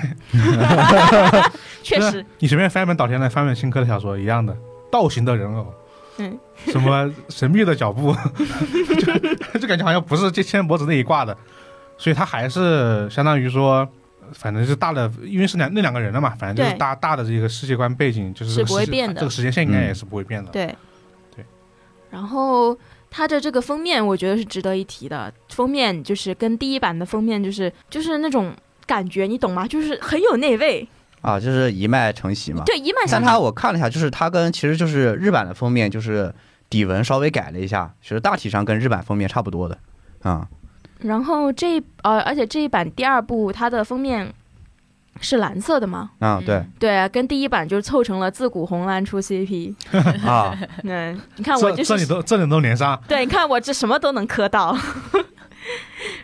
Speaker 3: 确
Speaker 1: 是啊
Speaker 3: 实，
Speaker 1: 你随便翻一本岛田来，翻本新科的小说一样的，倒行的人偶，
Speaker 3: 嗯
Speaker 1: 什么神秘的脚 步，就就感觉好像不是这千博子那一挂的，所以他还是相当于说，反正是大的，因为是两那两个人了嘛，反正就是
Speaker 3: 对
Speaker 1: 大大的这个世界观背景就是
Speaker 3: 是
Speaker 1: 这个
Speaker 3: 不会
Speaker 1: 世
Speaker 3: 变的
Speaker 1: 这个时间线应该也是不会变的。
Speaker 3: 对，
Speaker 1: 对。
Speaker 3: 然后它的这个封面，我觉得是值得一提的。封面就是跟第一版的封面，就是就是那种感觉，你懂吗？就是很有内味。
Speaker 2: 啊，就是一脉承袭嘛。
Speaker 3: 对，一脉
Speaker 2: 但
Speaker 3: 相承。
Speaker 2: 啊它我看了一下，就是它跟其实就是日版的封面，就是底纹稍微改了一下，其实大体上跟日版封面差不多的。啊、
Speaker 3: 然后这一呃，而且这一版第二部它的封面是蓝色的嘛？
Speaker 2: 啊、对
Speaker 3: 对啊，跟第一版就是凑成了自古红蓝出 CP。
Speaker 2: 啊，
Speaker 3: 嗯，你看
Speaker 1: 这
Speaker 3: 我就
Speaker 1: 这
Speaker 3: 是
Speaker 1: 里都这里都连上，
Speaker 3: 对，你看我这什么都能磕到。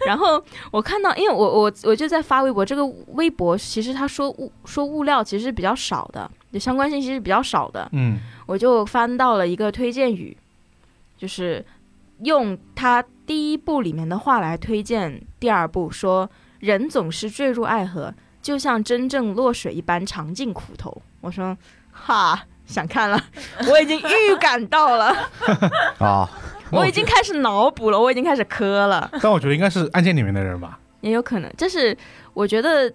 Speaker 3: 然后我看到，因为我我我就在发微博，这个微博其实他说物说物料其实是比较少的，就相关信息是比较少的。
Speaker 1: 嗯，
Speaker 3: 我就翻到了一个推荐语，就是用他第一部里面的话来推荐第二部，说人总是坠入爱河，就像真正落水一般，尝尽苦头。我说哈，想看了，我已经预感到了。
Speaker 2: 啊，
Speaker 3: 我已经开始脑补了，我已经开始磕了，
Speaker 1: 但我觉得应该是案件里面的人吧，
Speaker 3: 也有可能。这是我觉得，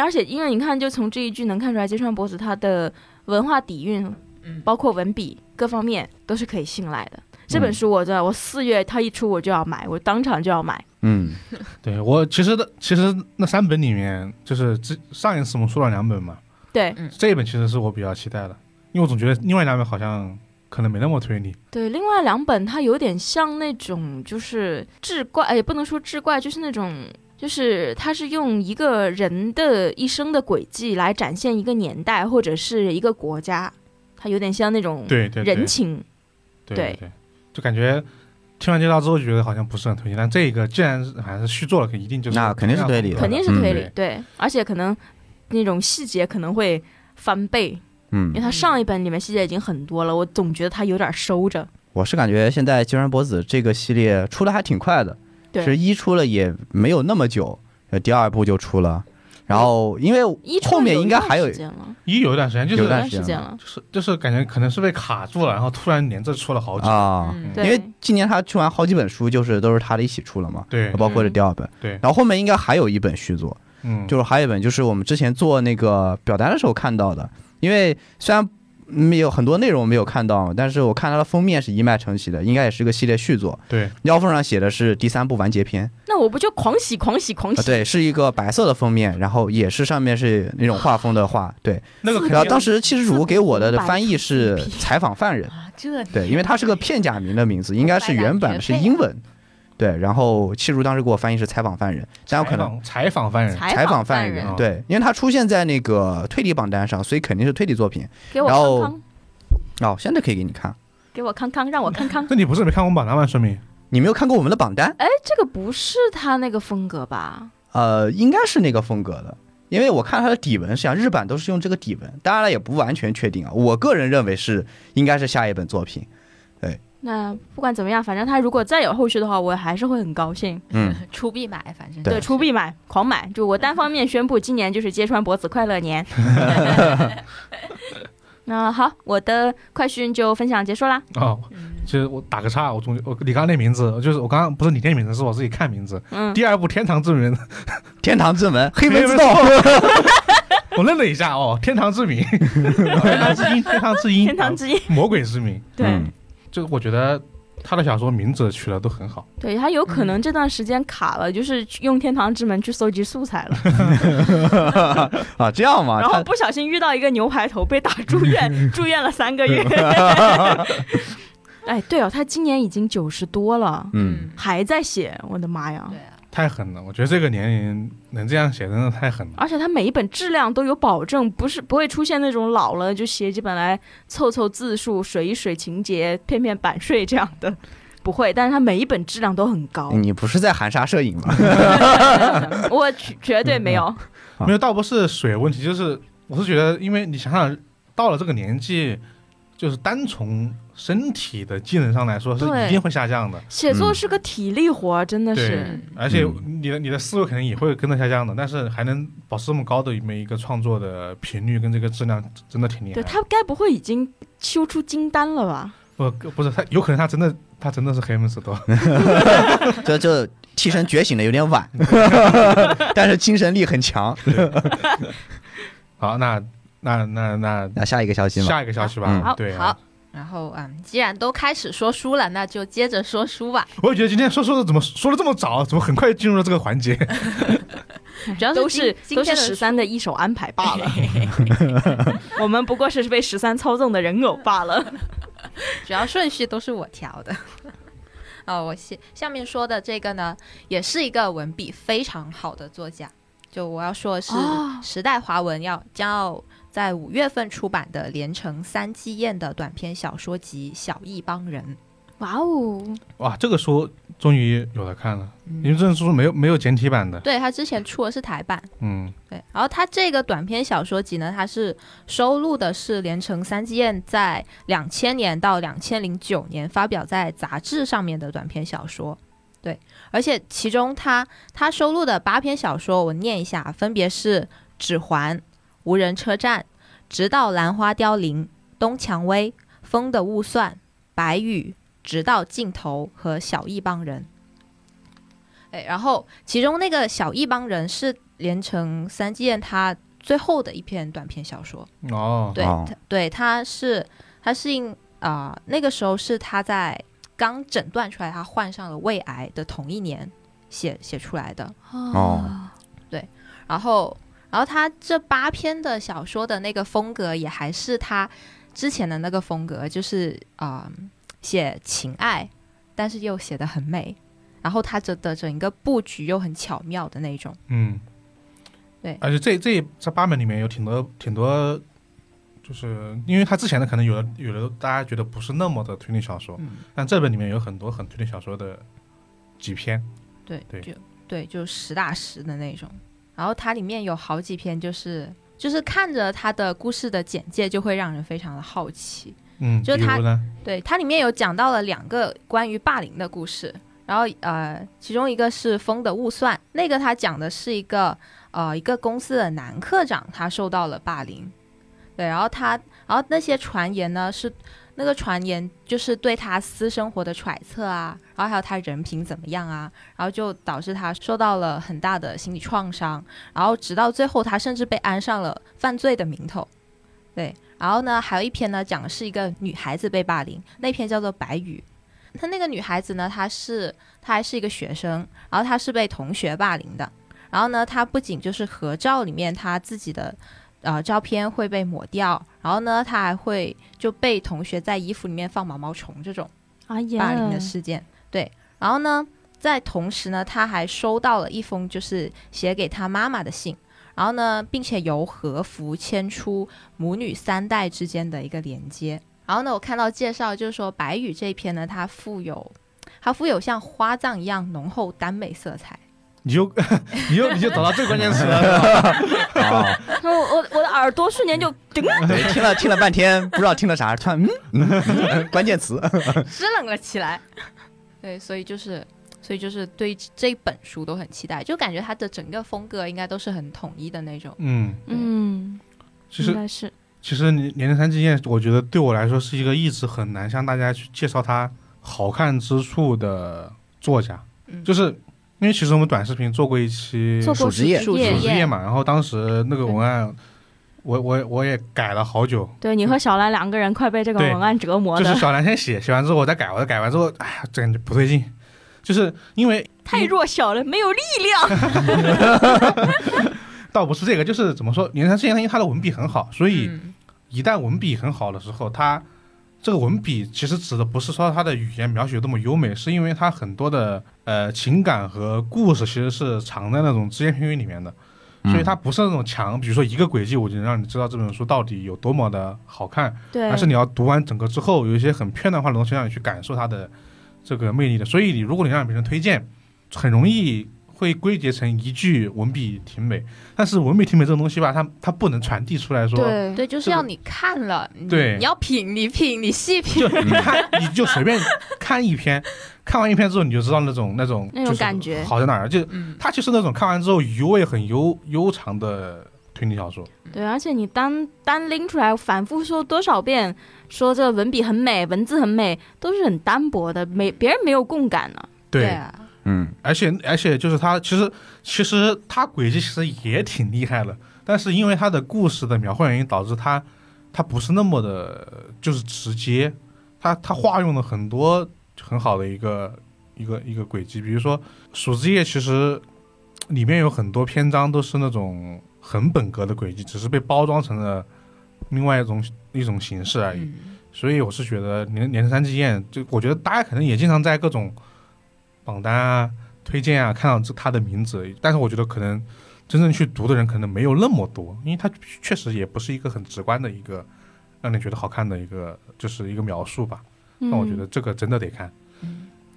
Speaker 3: 而且因为你看，就从这一句能看出来，芥川博子他的文化底蕴，
Speaker 4: 嗯
Speaker 3: 包括文笔各方面都是可以信赖的。这本书我知道，我四月它一出我就要买，我当场就要买。
Speaker 2: 嗯
Speaker 1: 对我其实的其实那三本里面，就是之上一次我们说了两本嘛，
Speaker 3: 对
Speaker 1: 这一本其实是我比较期待的，因为我总觉得另外两本好像可能没那么推理，
Speaker 3: 对，另外两本它有点像那种就是志怪，哎，也不能说志怪，就是那种。就是它是用一个人的一生的轨迹来展现一个年代或者是一个国家，它有点像那种
Speaker 1: 对对对
Speaker 3: 嗯人情，
Speaker 1: 对
Speaker 3: 对
Speaker 1: 对，就感觉听完介绍之后就觉得好像不是很推荐，但这个既然是还是续作了，一定就是
Speaker 2: 那肯定是推理的
Speaker 3: 肯定是推理，
Speaker 1: 嗯
Speaker 3: 对，而且可能那种细节可能会翻倍，因为
Speaker 2: 嗯，
Speaker 3: 它上一本里面细节已经很多了，我总觉得它有点收着。
Speaker 2: 我是感觉现在金川博子这个系列出的还挺快的，
Speaker 3: 对
Speaker 2: 其实一出了也没有那么久，呃第二部就出了，然后因为
Speaker 3: 一出
Speaker 2: 后面
Speaker 3: 有
Speaker 2: 应
Speaker 3: 一
Speaker 2: 该
Speaker 3: 段
Speaker 2: 还有
Speaker 3: 时间了，
Speaker 1: 一有一段时间就是
Speaker 2: 有
Speaker 3: 一
Speaker 2: 段
Speaker 3: 段
Speaker 2: 时
Speaker 3: 时
Speaker 2: 间
Speaker 3: 间
Speaker 2: 了
Speaker 3: 了，
Speaker 1: 就是就是感觉可能是被卡住了，然后突然连着出了好几
Speaker 2: 啊，
Speaker 4: 嗯
Speaker 3: 对
Speaker 2: 因为今年他出完好几本书，就是都是他的一起出了嘛，啊
Speaker 1: 对嗯
Speaker 2: 包括这第二本，
Speaker 1: 对
Speaker 2: 然后后面应该还有一本续作，
Speaker 1: 嗯，
Speaker 2: 就是还有一本就是我们之前做那个表单的时候看到的，因为虽然没有很多内容没有看到，但是我看它的封面是一脉承袭的，应该也是个系列续作，
Speaker 1: 对
Speaker 2: 腰封上写的是第三部完结篇，
Speaker 3: 那我不就狂喜狂喜狂
Speaker 2: 啊，
Speaker 3: 喜？
Speaker 2: 对，是一个白色的封面，然后也是上面是那种画风的画，对，
Speaker 1: 那个肯
Speaker 2: 然后
Speaker 1: 定
Speaker 2: 当时七十主给我的的翻译是采访犯人。
Speaker 4: 啊，这
Speaker 2: 对，因为它是个片假名的名字，应该是原版是英文。对，然后七如当时给我翻译是采访犯人，但有可能
Speaker 1: 采访犯人，
Speaker 3: 采
Speaker 2: 访
Speaker 3: 犯
Speaker 2: 人啊
Speaker 1: 人哦
Speaker 2: 对，因为他出现在那个推理榜单上，所以肯定是推理作品。
Speaker 3: 给我
Speaker 2: 然后
Speaker 3: 康康，
Speaker 2: 哦，现在可以给你看，
Speaker 3: 给我康康，让我康康。
Speaker 1: 那你不是没看过榜单吗？说明
Speaker 2: 你没有看过我们的榜单？
Speaker 3: 哎，这个不是他那个风格吧？
Speaker 2: 呃，应该是那个风格的，因为我看它的底纹，实际上日版都是用这个底纹，当然了，也不完全确定啊。我个人认为是应该是下一本作品。
Speaker 3: 那不管怎么样，反正他如果再有后续的话，我还是会很高兴。
Speaker 2: 嗯，
Speaker 4: 出必买，反正
Speaker 2: 对
Speaker 3: 对，出必买，狂买！就我单方面宣布，今年就是揭穿博子快乐 年。那好，我的快讯就分享结束啦。
Speaker 1: 哦，
Speaker 3: 嗯
Speaker 1: 其实我打个岔，我总我你刚刚那名字就是我刚刚不是你念名字，是我自己看名字。
Speaker 3: 嗯，
Speaker 1: 第二部《天堂之门》，
Speaker 2: 天堂之门，黑 门
Speaker 1: 黑
Speaker 2: 之
Speaker 1: 门
Speaker 2: 道，
Speaker 1: 我愣了一下哦，《天堂之名》， 天堂之音，天堂之音，啊
Speaker 3: 天堂之音，
Speaker 1: 魔鬼之名，
Speaker 3: 对、
Speaker 2: 嗯
Speaker 1: 就是我觉得他的小说名字取得都很好。
Speaker 3: 对，他有可能这段时间卡了，就是去用天堂之门去搜集素材了，
Speaker 2: 啊，这样嘛，
Speaker 3: 然
Speaker 2: 他
Speaker 3: 后不小心遇到一个牛排头，被打 住院，住院了三个月。哎，对哦，他今年已经九十多了，
Speaker 2: 嗯，
Speaker 3: 还在写，我的妈呀！
Speaker 4: 对啊，
Speaker 1: 太狠了！我觉得这个年龄能这样写，真的太狠了。
Speaker 3: 而且它每一本质量都有保证，不是不会出现那种老了就写几本来凑凑字数、水一水情节、骗骗版税这样的，不会。但是它每一本质量都很高，
Speaker 1: 嗯
Speaker 2: 你不是在含沙射影吗？
Speaker 3: 我绝绝对没有。
Speaker 2: 啊
Speaker 1: 没有，倒不是水问题，就是我是觉得，因为你想想，到了这个年纪，就是单从身体的技能上来说，是
Speaker 3: 对
Speaker 1: 一定会下降的。
Speaker 3: 写作
Speaker 2: 嗯
Speaker 3: 是个体力活，真的是
Speaker 1: 对。而且你的你的思维可能也会跟着下降的，但是还能保持这么高的每一个创作的频率跟这个质量，真的挺厉害
Speaker 3: 对
Speaker 1: 的。
Speaker 3: 他该不会已经修出金丹了吧？
Speaker 1: 不不是他，有可能他真的他真的是黑门石头，
Speaker 2: 这这替身觉醒的有点晚， 但是精神力很强。
Speaker 1: 好，那那那那
Speaker 2: 那下一个消息嘛，
Speaker 1: 下一个消息
Speaker 2: 嗯
Speaker 1: 吧，
Speaker 4: 好
Speaker 1: 对啊，
Speaker 4: 好。然后啊、嗯，既然都开始说书了，那就接着说 书吧。
Speaker 1: 我也觉得今天说说的怎么说的这么早，怎么很快就进入了这个环节？
Speaker 4: 主要
Speaker 3: 都
Speaker 4: 是
Speaker 3: 是
Speaker 4: 今今
Speaker 3: 都
Speaker 4: 天
Speaker 3: 是
Speaker 4: 的
Speaker 3: 十三的一手安排罢了， 我们不过是被十三操纵的人偶罢了。
Speaker 4: 主要顺序都是我调的。 哦，我下下面说的这个呢，也是一个文笔非常好的作家。就我要说的是
Speaker 3: 哦
Speaker 4: 时代华文要将要在五月份出版的连城三季彦的短篇小说集《小一帮人》。
Speaker 3: 哇哦，
Speaker 1: 哇，这个书终于有的看了，因为
Speaker 4: 嗯，
Speaker 1: 这本书没有没有简体版的，
Speaker 4: 对他之前出的是台版，
Speaker 1: 嗯，
Speaker 4: 对，然后他这个短篇小说集呢，它是收录的是连城三季彦在两千年到两千零九年发表在杂志上面的短篇小说。对，而且其中他他收录的八篇小说，我念一下，啊分别是《指环》《无人车站》《直到兰花凋零》《东蔷薇》《风的雾算》《白雨》《直到尽头》和《小一帮人》。哎，然后其中那个小一帮人是连城三季彦他最后的一篇短篇小说，
Speaker 1: 哦，
Speaker 4: 对，
Speaker 2: 哦
Speaker 4: 他对，他是他是因啊、那个时候是他在刚诊断出来他患上了胃癌的同一年写写出来的，
Speaker 3: 啊
Speaker 2: 哦
Speaker 4: 然后然后他这八篇的小说的那个风格也还是他之前的那个风格，就是啊、写情爱，但是又写的很美，然后他整的整个布局又很巧妙的那种。
Speaker 1: 嗯，
Speaker 4: 对
Speaker 1: 而且这这这八本里面有挺多挺多，就是因为他之前的可能有的有的大家觉得不是那么的推理小说，
Speaker 4: 嗯
Speaker 1: 但这本里面有很多很推理小说的几篇，
Speaker 4: 对，
Speaker 1: 对
Speaker 4: 就对，就实打实的那种。然后它里面有好几篇，就是就是看着它的故事的简介，就会让人非常的好奇。
Speaker 1: 嗯，
Speaker 4: 就
Speaker 1: 比
Speaker 4: 他
Speaker 1: 如呢，
Speaker 4: 对，它里面有讲到了两个关于霸凌的故事，然后呃，其中一个是《风的误算》，那个他讲的是一个呃一个公司的男科长，他受到了霸凌，对，然后他然后那些传言呢是那个传言就是对他私生活的揣测啊，然后还有他人品怎么样啊，然后就导致他受到了很大的心理创伤，然后直到最后他甚至被安上了犯罪的名头，对。然后呢，还有一篇呢，讲的是一个女孩子被霸凌，那篇叫做《白羽》。她那个女孩子呢，她是她还是一个学生，然后她是被同学霸凌的。然后呢，她不仅就是合照里面她自己的呃照片会被抹掉，然后呢，她还会就被同学在衣服里面放毛毛虫这种。
Speaker 3: 啊呀，
Speaker 4: 霸凌的事件。对，然后呢，在同时呢，他还收到了一封就是写给他妈妈的信，然后呢，并且由和服牵出母女三代之间的一个连接。然后呢，我看到介绍就是说，白羽这一篇呢，它富有它富有像花葬一样浓厚耽美色彩。
Speaker 1: 你就 你就你就找 到最关键词了，
Speaker 2: 哦，
Speaker 3: 我我我的耳朵瞬间就叮，
Speaker 2: 对，听了听了半天，不知道听了啥，突然嗯嗯，关键词，
Speaker 4: 支棱了起来。对，所以就是，所以就是对这本书都很期待，就感觉它的整个风格应该都是很统一的那种。
Speaker 1: 嗯，
Speaker 3: 嗯，
Speaker 1: 其
Speaker 3: 应
Speaker 1: 实
Speaker 3: 该是
Speaker 1: 其实《年龄三季宴》，我觉得对我来说是一个一直很难向大家去介绍它好看之处的作家，
Speaker 4: 嗯
Speaker 1: 就是因为其实我们短视频做过一期
Speaker 3: 做过
Speaker 2: 数职业
Speaker 3: 数
Speaker 1: 主
Speaker 4: 业
Speaker 1: 呃职业嘛，然后当时那个文案，我我我也改了好久，
Speaker 3: 对你和小兰两个人快被这个
Speaker 1: 对
Speaker 3: 文案折磨
Speaker 1: 就是
Speaker 3: 的，
Speaker 1: 小兰先写，写完之后我再改，我再改完之后，哎呀，这感觉不对劲，就是因为
Speaker 3: 太弱小了，没有力量。
Speaker 1: 倒不是这个，就是怎么说，《年龄三季宴》因为他的文笔很好，所以
Speaker 4: 嗯
Speaker 1: 一旦文笔很好的时候，他这个文笔其实指的不是说他的语言描写有多么优美，是因为他很多的呃情感和故事其实是藏在那种只言片语里面的，所以它不是那种强，比如说一个轨迹我就能让你知道这本书到底有多么的好看，
Speaker 3: 对
Speaker 1: 而是你要读完整个之后，有一些很片段化的东西让你去感受它的这个魅力的。所以你如果你让别人推荐，很容易会归结成一句文笔挺美，但是文笔挺美这种东西吧，它它不能传递出来说。
Speaker 2: 嗯
Speaker 3: 对
Speaker 4: 对，就是
Speaker 1: 这个
Speaker 4: 要你看了，你
Speaker 1: 对
Speaker 4: 你要品，你品，你细品
Speaker 1: 就，你看，你就随便看一篇， 看完一篇之后你就知道那种那种
Speaker 3: 那种
Speaker 1: 就是
Speaker 3: 感觉
Speaker 1: 好在哪儿。就
Speaker 4: 嗯，
Speaker 1: 它就是那种看完之后余味很悠悠长的推理小说。
Speaker 3: 对，而且你单单拎出来反复说多少遍，说这文笔很美，文字很美，都是很单薄的，没别人没有共感呢、
Speaker 4: 啊，
Speaker 2: 嗯，
Speaker 1: 而且而且就是他其实其实他轨迹其实也挺厉害的，但是因为他的故事的描绘原因，导致他他不是那么的，就是直接，他他化用了很多很好的一个一个一个轨迹，比如说《鼠之夜》其实里面有很多篇章都是那种很本格的轨迹，只是被包装成了另外一种一种形式而已。
Speaker 4: 嗯，
Speaker 1: 所以我是觉得连连山之宴，就我觉得大家可能也经常在各种榜单啊、推荐啊看到这他的名字，但是我觉得可能真正去读的人可能没有那么多，因为他确实也不是一个很直观的一个让你觉得好看的一个就是一个描述吧。
Speaker 3: 嗯，
Speaker 1: 那我觉得这个真的得看，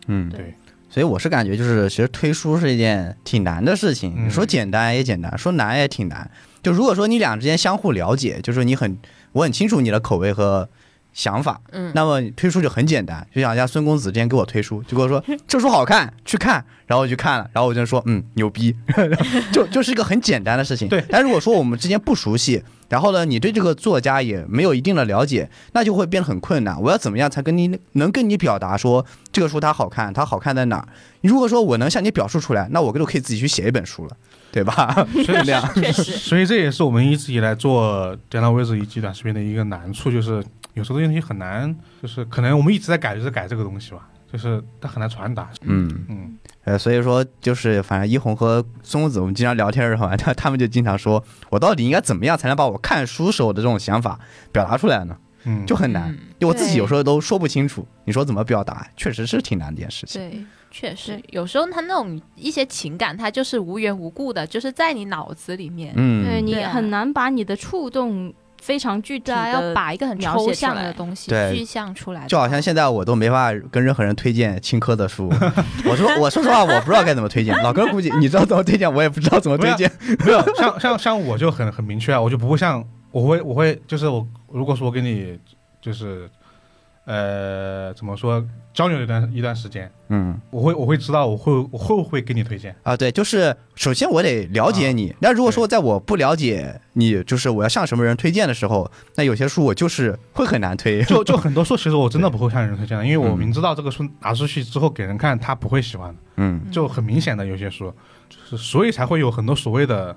Speaker 2: 嗯，
Speaker 1: 对。
Speaker 2: 所以我是感觉就是，其实推书是一件挺难的事情。
Speaker 1: 嗯
Speaker 2: 你说简单也简单，说难也挺难。就如果说你俩之间相互了解，就是你很我很清楚你的口味和想法，
Speaker 4: 嗯
Speaker 2: 那么推书就很简单。就像人家孙公子之前给我推书，就跟我 说这书好看，去看，然后我就看了，然后我就说嗯牛逼， 就就是一个很简单的事情。
Speaker 1: 对
Speaker 2: 但如果说我们之间不熟悉，然后呢你对这个作家也没有一定的了解，那就会变得很困难。我要怎么样才跟你能跟你表达说这个书它好看，它好看在哪儿？如果说我能向你表述出来，那我就可以自己去写一本书了，对吧？
Speaker 1: 所以
Speaker 2: 两
Speaker 3: 确实，
Speaker 1: 所以这也是我们一直以来做《点到为止》以及短视频的一个难处，就是有时候东西很难，就是可能我们一直在改，就是改这个东西吧，就是它很难传达。
Speaker 2: 嗯。
Speaker 1: 嗯，
Speaker 2: 呃，所以说就是，反正一红和孙公子我们经常聊天的时候啊，他他们就经常说，我到底应该怎么样才能把我看书时候的这种想法表达出来呢？
Speaker 1: 嗯，
Speaker 2: 就很难，
Speaker 4: 嗯
Speaker 2: 就我自己
Speaker 3: 对
Speaker 2: 有时候都说不清楚，你说怎么表达，确实是挺难的一件事情。
Speaker 4: 对，确实，有时候他那种一些情感，它就是无缘无故的，就是在你脑子里面，
Speaker 3: 对
Speaker 2: 嗯，
Speaker 3: 你
Speaker 4: 对啊
Speaker 3: 很难把你的触动非常具体
Speaker 4: 对啊，要
Speaker 3: 的
Speaker 4: 把一个很
Speaker 3: 描写
Speaker 4: 抽
Speaker 3: 出
Speaker 4: 象
Speaker 3: 来
Speaker 4: 的东西
Speaker 2: 对
Speaker 4: 具象出来的话，
Speaker 2: 就好像现在我都没法跟任何人推荐青稞的 书，我说我说实话，我不知道该怎么推荐。老哥估计你知道怎么推荐，我也不知道怎么推荐。
Speaker 1: 没有，像像像我就很很明确啊，我就不会像我会我会就是我如果说我给你就是呃怎么说交流一段一段时间，
Speaker 2: 嗯
Speaker 1: 我会我会知道我会我会不会给你推 荐，
Speaker 2: 啊，对，就是首先我得了解你。那、如果说在我不了解你，就是我要向什么人推荐的时候，那有些书我就是会很难推。
Speaker 1: 就就很多书其实我真的不会向人推荐的，因为我
Speaker 2: 嗯
Speaker 1: 明知道这个书拿出去之后给人看他不会喜欢的，
Speaker 2: 嗯。
Speaker 4: 嗯
Speaker 1: 就很明显的有些书，就是所以才会有很多所谓的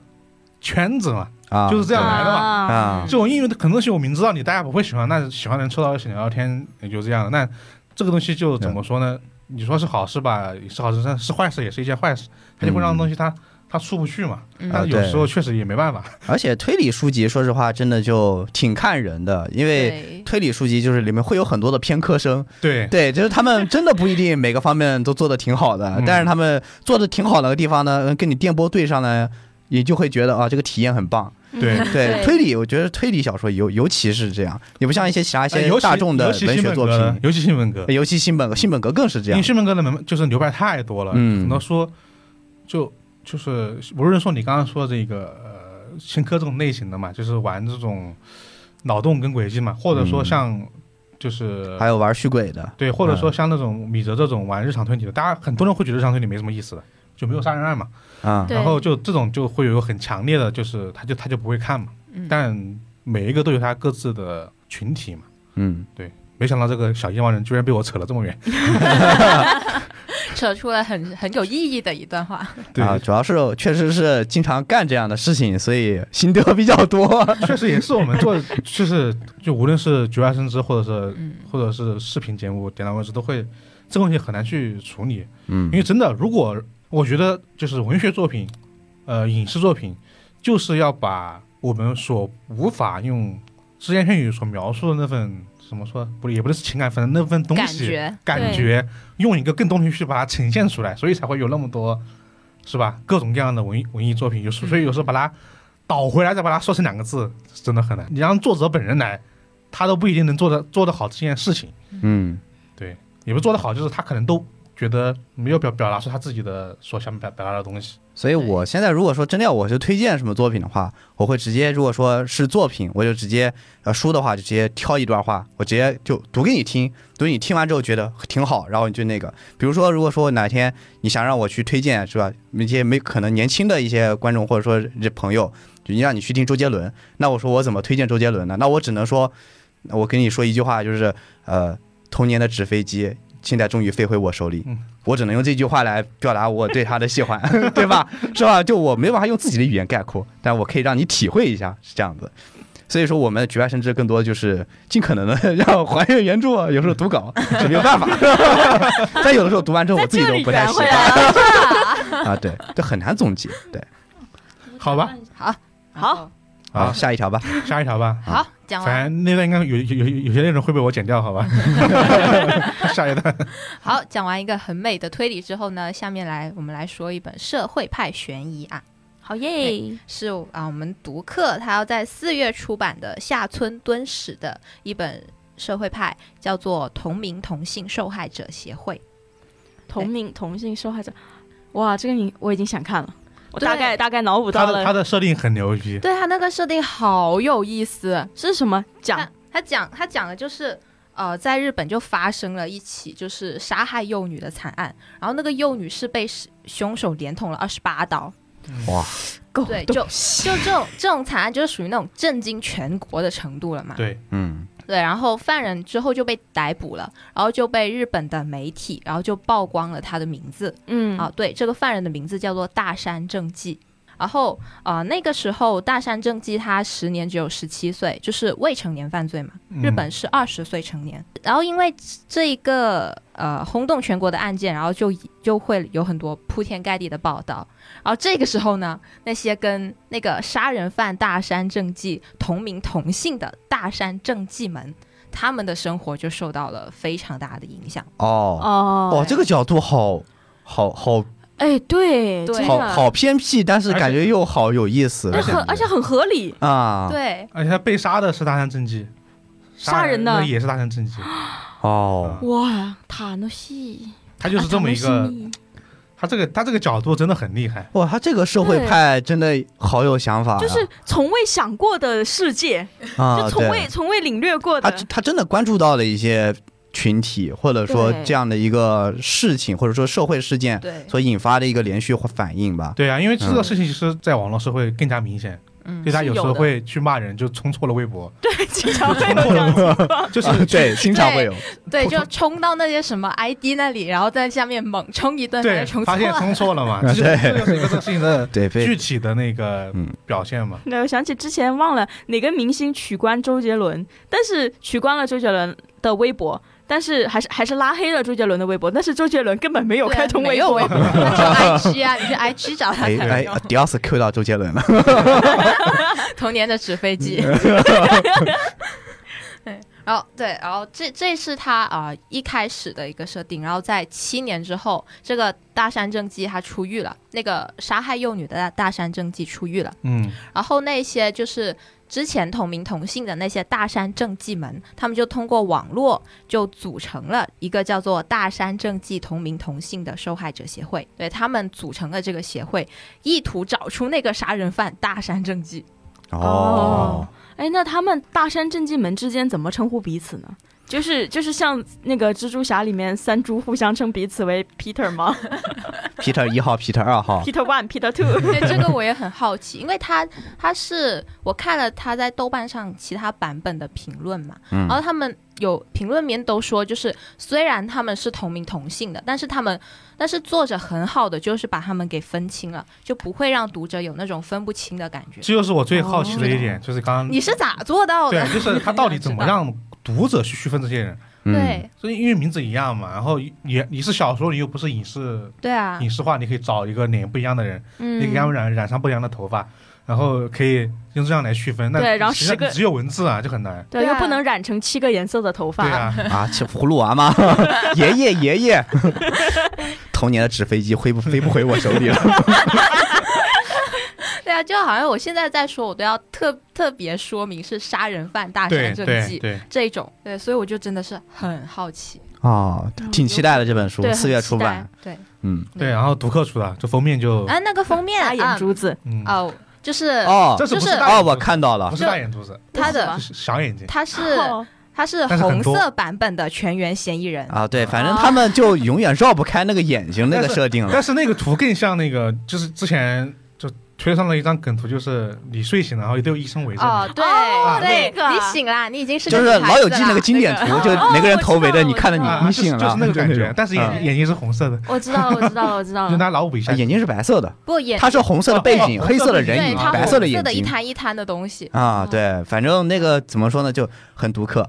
Speaker 1: 圈子嘛，
Speaker 2: 啊，
Speaker 1: 就是这样来的嘛。
Speaker 2: 啊
Speaker 1: 这种因为很多东西我明知道你大家不会喜欢，那喜欢的人凑到一起聊聊天也就这样了。那这个东西就怎么说呢？你说是好事吧，也是好事；但是坏事也是一件坏事，它就会让东
Speaker 2: 嗯
Speaker 1: 西它、它出不去嘛。
Speaker 4: 嗯
Speaker 1: 但是有时候确实也没办法。
Speaker 2: 而且推理书籍，说实话，真的就挺看人的，因为
Speaker 4: 对
Speaker 2: 推理书籍就是里面会有很多的偏科生，
Speaker 1: 对，
Speaker 2: 对，就是他们真的不一定每个方面都做的挺好的
Speaker 1: 嗯，
Speaker 2: 但是他们做的挺好的地方呢，跟你电波对上呢，你就会觉得啊，这个体验很棒。
Speaker 1: 对
Speaker 3: 嗯
Speaker 2: 对，推理，我觉得推理小说尤尤其是这样，也不像一些其他一
Speaker 1: 呃
Speaker 2: 些
Speaker 1: 尤其
Speaker 2: 大众的
Speaker 1: 尤其
Speaker 2: 文
Speaker 1: 新
Speaker 2: 学
Speaker 1: 本
Speaker 2: 作
Speaker 1: 格呢
Speaker 2: 品，
Speaker 1: 尤其新本格，
Speaker 2: 尤其新本新本格更是这
Speaker 1: 因
Speaker 2: 样
Speaker 1: 为。新本格的门就是流派太多了，
Speaker 2: 嗯
Speaker 1: 很多书就就是无论说你刚刚说这个呃新科这种类型的嘛，就是玩这种脑洞跟轨迹嘛，或者
Speaker 2: 嗯
Speaker 1: 说像就是
Speaker 2: 还有玩续鬼的，
Speaker 1: 对，或者说像那种米泽这种玩日常推理的，大家很多人会觉得日常推理没什么意思的，就没有杀人案嘛。
Speaker 2: 啊，
Speaker 3: 对
Speaker 1: 然后就这种就会有一个很强烈的，就是他就他就不会看嘛。
Speaker 4: 嗯
Speaker 1: 但每一个都有他各自的群体嘛。
Speaker 2: 嗯，
Speaker 1: 没想到这个小夜猫人居然被我扯了这么远。
Speaker 4: 扯出来很很有意义的一段话。
Speaker 1: 对，
Speaker 2: 啊，主要是确实是经常干这样的事情，所以心得比较多。
Speaker 1: 确实也是我们做，就是就无论是局外生枝，或者是、
Speaker 4: 嗯
Speaker 1: 或者是视频节目点到为止，都会这个问题很难去处理。
Speaker 2: 嗯
Speaker 1: 因为真的，如果我觉得就是文学作品，呃，影视作品，就是要把我们所无法用只言片语所描述的那份怎么说，不也不是情感，反正那份东
Speaker 4: 感
Speaker 1: 西
Speaker 4: 觉，
Speaker 1: 感觉，用一个更东西去把它呈现出来，所以才会有那么多，是吧？各种各样的文艺文艺作品，有时所以有时候把它倒回来，再把它说成两个字，真的很难。你让作者本人来，他都不一定能做得做得好这件事情。
Speaker 2: 嗯。
Speaker 1: 也不是做得好，就是他可能都觉得没有表表达出他自己的所想表表达的东西。
Speaker 2: 所以
Speaker 4: 对
Speaker 2: 我现在如果说真的要我去推荐什么作品的话，我会直接如果说是作品，我就直接呃书的话就直接挑一段话，我直接就读给你听，读你听完之后觉得挺好，然后你就那个，比如说如果说哪天你想让我去推荐是吧，一些没可能年轻的一些观众或者说这朋友，就让你去听周杰伦，那我说我怎么推荐周杰伦呢？那我只能说，我跟你说一句话，就是呃，童年的纸飞机。现在终于飞回我手里，
Speaker 1: 嗯
Speaker 2: 我只能用这句话来表达我对他的喜欢， 对吧？是吧？就我没办法用自己的语言概括，但我可以让你体会一下，是这样子。所以说，我们的局外生枝更多就是尽可能的让还原原著，有时候 读稿是没有办法。但有的时候读完之后，我自己都不太
Speaker 3: 圆
Speaker 2: 喜
Speaker 3: 回来
Speaker 2: 欢
Speaker 3: 了。
Speaker 2: 啊，对，就很难总结。对，
Speaker 1: 好吧，
Speaker 4: 好，然
Speaker 3: 好
Speaker 4: 后，
Speaker 2: 好，
Speaker 1: 好
Speaker 2: 下一条吧。
Speaker 1: 下一条
Speaker 3: 嗯
Speaker 1: 吧。
Speaker 4: 好，讲完
Speaker 1: 反正那段应该有有有有些内容会被我剪掉，好吧？下一段
Speaker 4: 好，讲完一个很美的推理之后呢，下面来我们来说一本社会派悬疑啊，
Speaker 3: 好耶！
Speaker 4: 是啊我们读客他要在四月出版的下村敦史的一本社会派，叫做《同名同姓受害者协会》。
Speaker 3: 同名同姓受害者，哇，这个名我已经想看了，我
Speaker 4: 对
Speaker 3: 大概大概脑补
Speaker 1: 他
Speaker 3: 到
Speaker 1: 的他
Speaker 3: 了，
Speaker 1: 的设定很牛逼，
Speaker 4: 对他那个设定好有意思，
Speaker 3: 是什么
Speaker 4: 他
Speaker 3: 讲？
Speaker 4: 他讲他讲的就是，呃，在日本就发生了一起就是杀害幼女的惨案，然后那个幼女是被凶手连捅了二十八刀。
Speaker 2: 哇，
Speaker 3: 狗
Speaker 4: 对，
Speaker 3: 东
Speaker 4: 就就这种这种惨案就是属于那种震惊全国的程度了嘛。
Speaker 1: 对，
Speaker 2: 嗯，
Speaker 4: 对，然后犯人之后就被逮捕了，然后就被日本的媒体，然后就曝光了他的名字。
Speaker 3: 嗯
Speaker 4: 啊，对，这个犯人的名字叫做大山正纪。然后啊、呃那个时候大山正纪他时年只有十七岁，就是未成年犯罪嘛。
Speaker 1: 嗯
Speaker 4: 日本是二十岁成年。然后因为这一个呃轰动全国的案件，然后就就会有很多铺天盖地的报道。然后这个时候呢，那些跟那个杀人犯大山正纪同名同姓的大山正纪们，他们的生活就受到了非常大的影响。
Speaker 2: 哦，
Speaker 3: 哦
Speaker 2: 哦，，这个角度好，好好
Speaker 3: 哎，对，
Speaker 4: 对
Speaker 3: 真
Speaker 2: 好
Speaker 3: 的
Speaker 2: 好偏僻，但是感觉又好有意思，
Speaker 3: 而且很而且很合理，
Speaker 2: 啊，
Speaker 4: 对，
Speaker 1: 而且他被杀的是大山正纪，
Speaker 3: 杀人的
Speaker 1: 那也是大山正纪，
Speaker 2: 哦，
Speaker 3: 哇，塔诺西，
Speaker 1: 他就是这么一
Speaker 3: 啊塔
Speaker 1: 个
Speaker 3: 诺，西
Speaker 1: 他这个他这个角度真的很厉害，
Speaker 2: 哇，他这个社会派真的好有想
Speaker 1: 啊
Speaker 2: 法呀，
Speaker 3: 就是从未想过的世界，
Speaker 2: 啊，
Speaker 3: 就从
Speaker 2: 对
Speaker 3: 未从未领略过
Speaker 2: 他
Speaker 3: 的，
Speaker 2: 他真的关注到了一些群体，或者说
Speaker 3: 对
Speaker 2: 这样的一个事情，或者说社会事件
Speaker 4: 对，
Speaker 2: 所引发的一个连续反应吧。
Speaker 1: 对啊，因为这
Speaker 2: 嗯
Speaker 1: 个事情其实在网络社会更加明显，
Speaker 4: 嗯
Speaker 1: 就，他
Speaker 4: 是
Speaker 1: 有时候
Speaker 4: 的
Speaker 1: 会去骂人，就冲错了微博，
Speaker 3: 对， 经常会有这样的情况。
Speaker 1: 就是
Speaker 2: 啊对， 经常会有，
Speaker 4: 对，就冲到那些什么 ID 那里，然后在下面猛冲一顿，
Speaker 1: 对
Speaker 4: 再冲，错
Speaker 1: 发现
Speaker 4: 了。
Speaker 1: 冲错 了嘛，
Speaker 2: 啊对
Speaker 1: 这就是这就是一个这个事情的
Speaker 2: 对被
Speaker 1: 具体的那个
Speaker 2: 嗯
Speaker 1: 表现嘛。
Speaker 3: 对，我想起之前忘了哪个明星取关周杰伦，但是取关了周杰伦的微博，但是还是还是拉黑了周杰伦的微博，但是周杰伦根本没有
Speaker 4: 对
Speaker 3: 开通
Speaker 4: 没
Speaker 3: 微
Speaker 4: 有
Speaker 3: 博
Speaker 4: 微，博，那去 IG 啊，你去 IG 找他
Speaker 2: 哎
Speaker 4: 才
Speaker 2: 哎
Speaker 4: 有。
Speaker 2: 迪奥斯 Q 到周杰伦了，
Speaker 4: 童年的纸飞机。对，然后对，然后这这是他啊、呃一开始的一个设定，然后在七年之后，这个大山正纪他出狱了，那个杀害幼女的大大山正纪出狱了，
Speaker 1: 嗯，
Speaker 4: 然后那些就是之前同名同姓的那些大山正纪们，他们就通过网络就组成了一个叫做大山正纪同名同姓的受害者协会，对他们组成了这个协会，意图找出那个杀人犯大山正纪。
Speaker 3: 哦，哎，那他们大山正纪门之间怎么称呼彼此呢？就是就是像那个蜘蛛侠里面三猪互相称彼此为 Peter 吗
Speaker 2: ，Peter 一号，Peter 二号，
Speaker 3: ？Peter One、Peter Two。
Speaker 4: 对这个我也很好奇，因为他他是我看了他在豆瓣上其他版本的评论嘛，
Speaker 2: 嗯
Speaker 4: 然后他们有评论里面都说，就是虽然他们是同名同姓的，但是他们但是作者很好的就是把他们给分清了，就不会让读者有那种分不清的感觉。
Speaker 1: 这就是我最好奇的一点，就是刚刚
Speaker 4: 你是咋做到的
Speaker 1: 对？，就是他到底怎么让读者去区分这些人？
Speaker 2: 嗯，
Speaker 4: 对
Speaker 1: 所以因为名字一样嘛，然后也你是小说，你又不是影视
Speaker 4: 对啊，
Speaker 1: 影视化，你可以找一个脸不一样的人，你给他们染染上不一样的头发，然后可以用这样来区分。那
Speaker 3: 对然后
Speaker 1: 实际上
Speaker 3: 十个
Speaker 1: 只有文字啊，就很难。
Speaker 3: 对，
Speaker 4: 对啊
Speaker 3: 又不能染成七个颜色的头发。
Speaker 1: 对啊，
Speaker 2: 啊，切葫芦娃吗？ 爷爷爷爷， 童年的纸飞机飞不飞不回我手里 了，
Speaker 4: 对啊，就好像我现在在说，我都要特特别说明是杀人犯大
Speaker 1: 对
Speaker 4: 山正
Speaker 1: 对
Speaker 4: 纪
Speaker 1: 对，
Speaker 4: 这种，对，所以我就真的是很好奇，
Speaker 2: 哦，挺期待的这本书
Speaker 3: 对，
Speaker 2: 四月出版，
Speaker 4: 对。
Speaker 2: 嗯，
Speaker 1: 对，然后独克出的，这封面就
Speaker 4: 啊，那个封 面
Speaker 3: 大眼
Speaker 4: 啊
Speaker 3: 珠子，
Speaker 1: 嗯，
Speaker 4: 哦，就是
Speaker 2: 哦
Speaker 1: 这是不
Speaker 4: 就是
Speaker 1: 大眼
Speaker 2: 哦，
Speaker 1: 珠子
Speaker 2: 我看到了
Speaker 1: 不，是大眼珠子，
Speaker 4: 他
Speaker 3: 啊
Speaker 4: 的
Speaker 1: 是小眼睛，
Speaker 4: 他是
Speaker 3: 哦
Speaker 4: 他是
Speaker 1: 但是很
Speaker 4: 红
Speaker 1: 多
Speaker 4: 色版本的全员嫌疑人，
Speaker 2: 啊，对，反正他们就永远绕不开那个眼睛那个设定了。
Speaker 1: 但是那个图更像那个，就是之前就推上了一张梗图，就是你睡醒了，然后都有医生围着你。
Speaker 4: 哦，对
Speaker 3: 哦
Speaker 4: 对
Speaker 3: 那个，
Speaker 4: 你醒啦，你已经是个
Speaker 2: 就是
Speaker 4: 女孩
Speaker 2: 老友
Speaker 4: 子
Speaker 2: 记那
Speaker 4: 啦
Speaker 2: 个经典
Speaker 4: 那
Speaker 2: 图
Speaker 4: 个，
Speaker 2: 就每个人头围着你，看着
Speaker 1: 啊
Speaker 2: 你，
Speaker 1: 就
Speaker 2: 你
Speaker 1: 是
Speaker 2: 醒了，
Speaker 1: 就是那个感觉，但是
Speaker 2: 嗯
Speaker 1: 眼眼睛是红色的，
Speaker 3: 我知道了，我知道了，我知道
Speaker 1: 就
Speaker 3: 了。
Speaker 1: 拿脑补一下
Speaker 2: 啊，眼睛是白色的，
Speaker 4: 不也
Speaker 2: 它是红色的背景，
Speaker 1: 哦哦
Speaker 2: 黑色的人
Speaker 4: 对
Speaker 2: 影，
Speaker 4: 它
Speaker 2: 白
Speaker 4: 红
Speaker 2: 色的眼
Speaker 4: 色的一
Speaker 2: 睛
Speaker 4: 滩一滩的东西，
Speaker 2: 啊，对，反正那个怎么说呢，就很独克。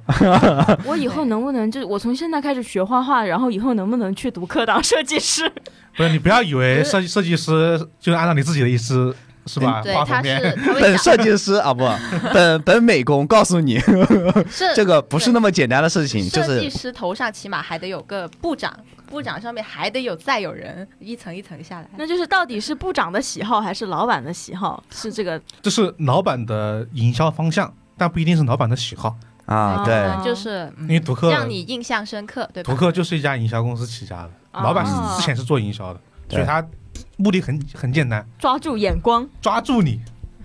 Speaker 3: 我以后能不能就是我从现在开始学画画，然后以后能不能去读课当设计师？
Speaker 1: 不是你不要以为设计设计师就是按照你自己的意思是
Speaker 2: 啊
Speaker 1: 吧？
Speaker 4: 对
Speaker 1: 画，
Speaker 4: 它
Speaker 1: 图
Speaker 4: 是
Speaker 1: 片，
Speaker 4: 它会
Speaker 2: 本设计师啊不，本本美工告诉你，
Speaker 4: 长 是
Speaker 2: 这个不是那么简单的事 情，就
Speaker 4: 设计
Speaker 2: 是
Speaker 4: 师头上起码还得有个部长，部长上面还得有再有人，一层一层下来。
Speaker 3: 那就是到底是部长的喜好还是老板的喜好？是这个
Speaker 1: 这是老板的营销方向，但不一定是老板的喜好。
Speaker 2: 啊，对，
Speaker 3: 啊
Speaker 4: 就是嗯
Speaker 1: 因为图克
Speaker 4: 让你印象深刻，对吧？
Speaker 1: 图克就是一家营销公司起家的，
Speaker 3: 哦
Speaker 1: 老板是之前是做营销的，
Speaker 2: 对
Speaker 1: 所以他目的很很简单，
Speaker 3: 抓住眼 光，
Speaker 1: 抓住 你。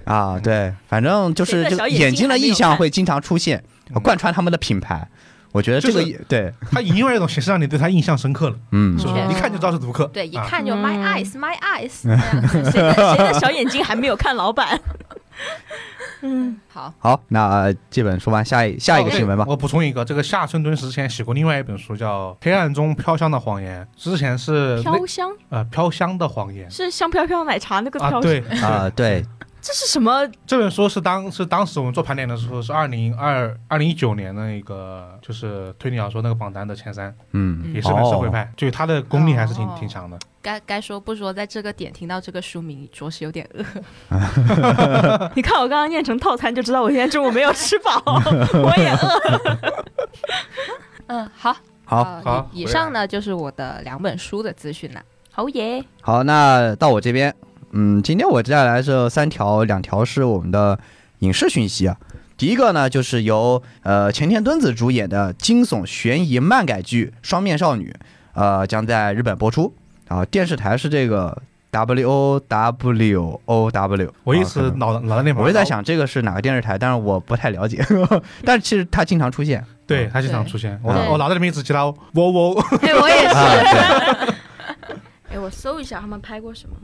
Speaker 2: 啊，对，反正就是
Speaker 3: 谁的
Speaker 2: 这
Speaker 3: 小
Speaker 2: 个
Speaker 3: 眼
Speaker 2: 眼
Speaker 3: 睛
Speaker 2: 睛的
Speaker 3: 还没
Speaker 2: 意
Speaker 3: 有
Speaker 2: 象
Speaker 3: 看
Speaker 2: 会经常出现，呃
Speaker 1: 嗯
Speaker 2: 贯穿他们的品牌。我觉得这个
Speaker 1: 就是
Speaker 2: 也对，
Speaker 1: 他以另外一种形式让你对他印象深刻了，
Speaker 2: 嗯
Speaker 1: 是不是
Speaker 4: 嗯？
Speaker 1: 一看就知道是图克。
Speaker 4: 对，一
Speaker 1: 啊
Speaker 4: 看就 my
Speaker 3: 嗯
Speaker 4: eyes my eyes 那样子。
Speaker 3: 谁的谁的小眼睛还没有看老板？ 嗯，
Speaker 4: 好，
Speaker 2: 好，那呃基本说完下一下一个
Speaker 1: 哦对
Speaker 2: 新闻吧。
Speaker 1: 我补充一个，这个夏春敦之前写过另外一本书，叫《黑暗中飘香的谎言》，之前是那
Speaker 3: 飘香
Speaker 1: 呃飘香的谎言
Speaker 3: 是香飘飘奶茶那个
Speaker 1: 啊，
Speaker 3: 飘香，
Speaker 1: 对，
Speaker 2: 啊，对，
Speaker 3: 这是什么？
Speaker 1: 这本书是当是当时我们做盘点的时候是二零二二零一九年的一个就是推理小说那个榜单的前三，
Speaker 2: 嗯，
Speaker 4: 嗯
Speaker 1: 也是本社会
Speaker 2: 哦
Speaker 1: 派，就是他的功力还是挺
Speaker 4: 哦
Speaker 1: 挺强的。
Speaker 4: 该该说不说，在这个点听到这个书名，着实有点饿。
Speaker 3: 你看我刚刚念成套餐就知道我今天中午没有吃饱， 我也饿。
Speaker 4: 嗯，好，
Speaker 2: 好
Speaker 4: 呃
Speaker 1: 好
Speaker 4: 以以
Speaker 1: 回来
Speaker 4: 上呢就是我的两本书的资讯了。
Speaker 3: 好 耶，
Speaker 2: 好，那到我这边，嗯，今天我接下来这三条，两条是我们的影视讯息啊。第一个呢，就是由呃前田敦子主演的惊悚悬疑漫改剧《双面少女》，呃，将在日本播出。然后电视台是这个 W O W O W。
Speaker 1: 我一
Speaker 2: 啊可
Speaker 1: 直
Speaker 2: 能
Speaker 1: 脑脑袋那会儿
Speaker 2: 我也在，想这个是哪个电视台，但是我不太了解。 但是其实它经常出 现。
Speaker 1: 对他经常出现，我
Speaker 2: 嗯对
Speaker 1: 我脑袋里面一直记到喔喔，
Speaker 4: 哎，我也
Speaker 2: 啊，对。
Speaker 3: 哎，我搜一下他们拍过什么。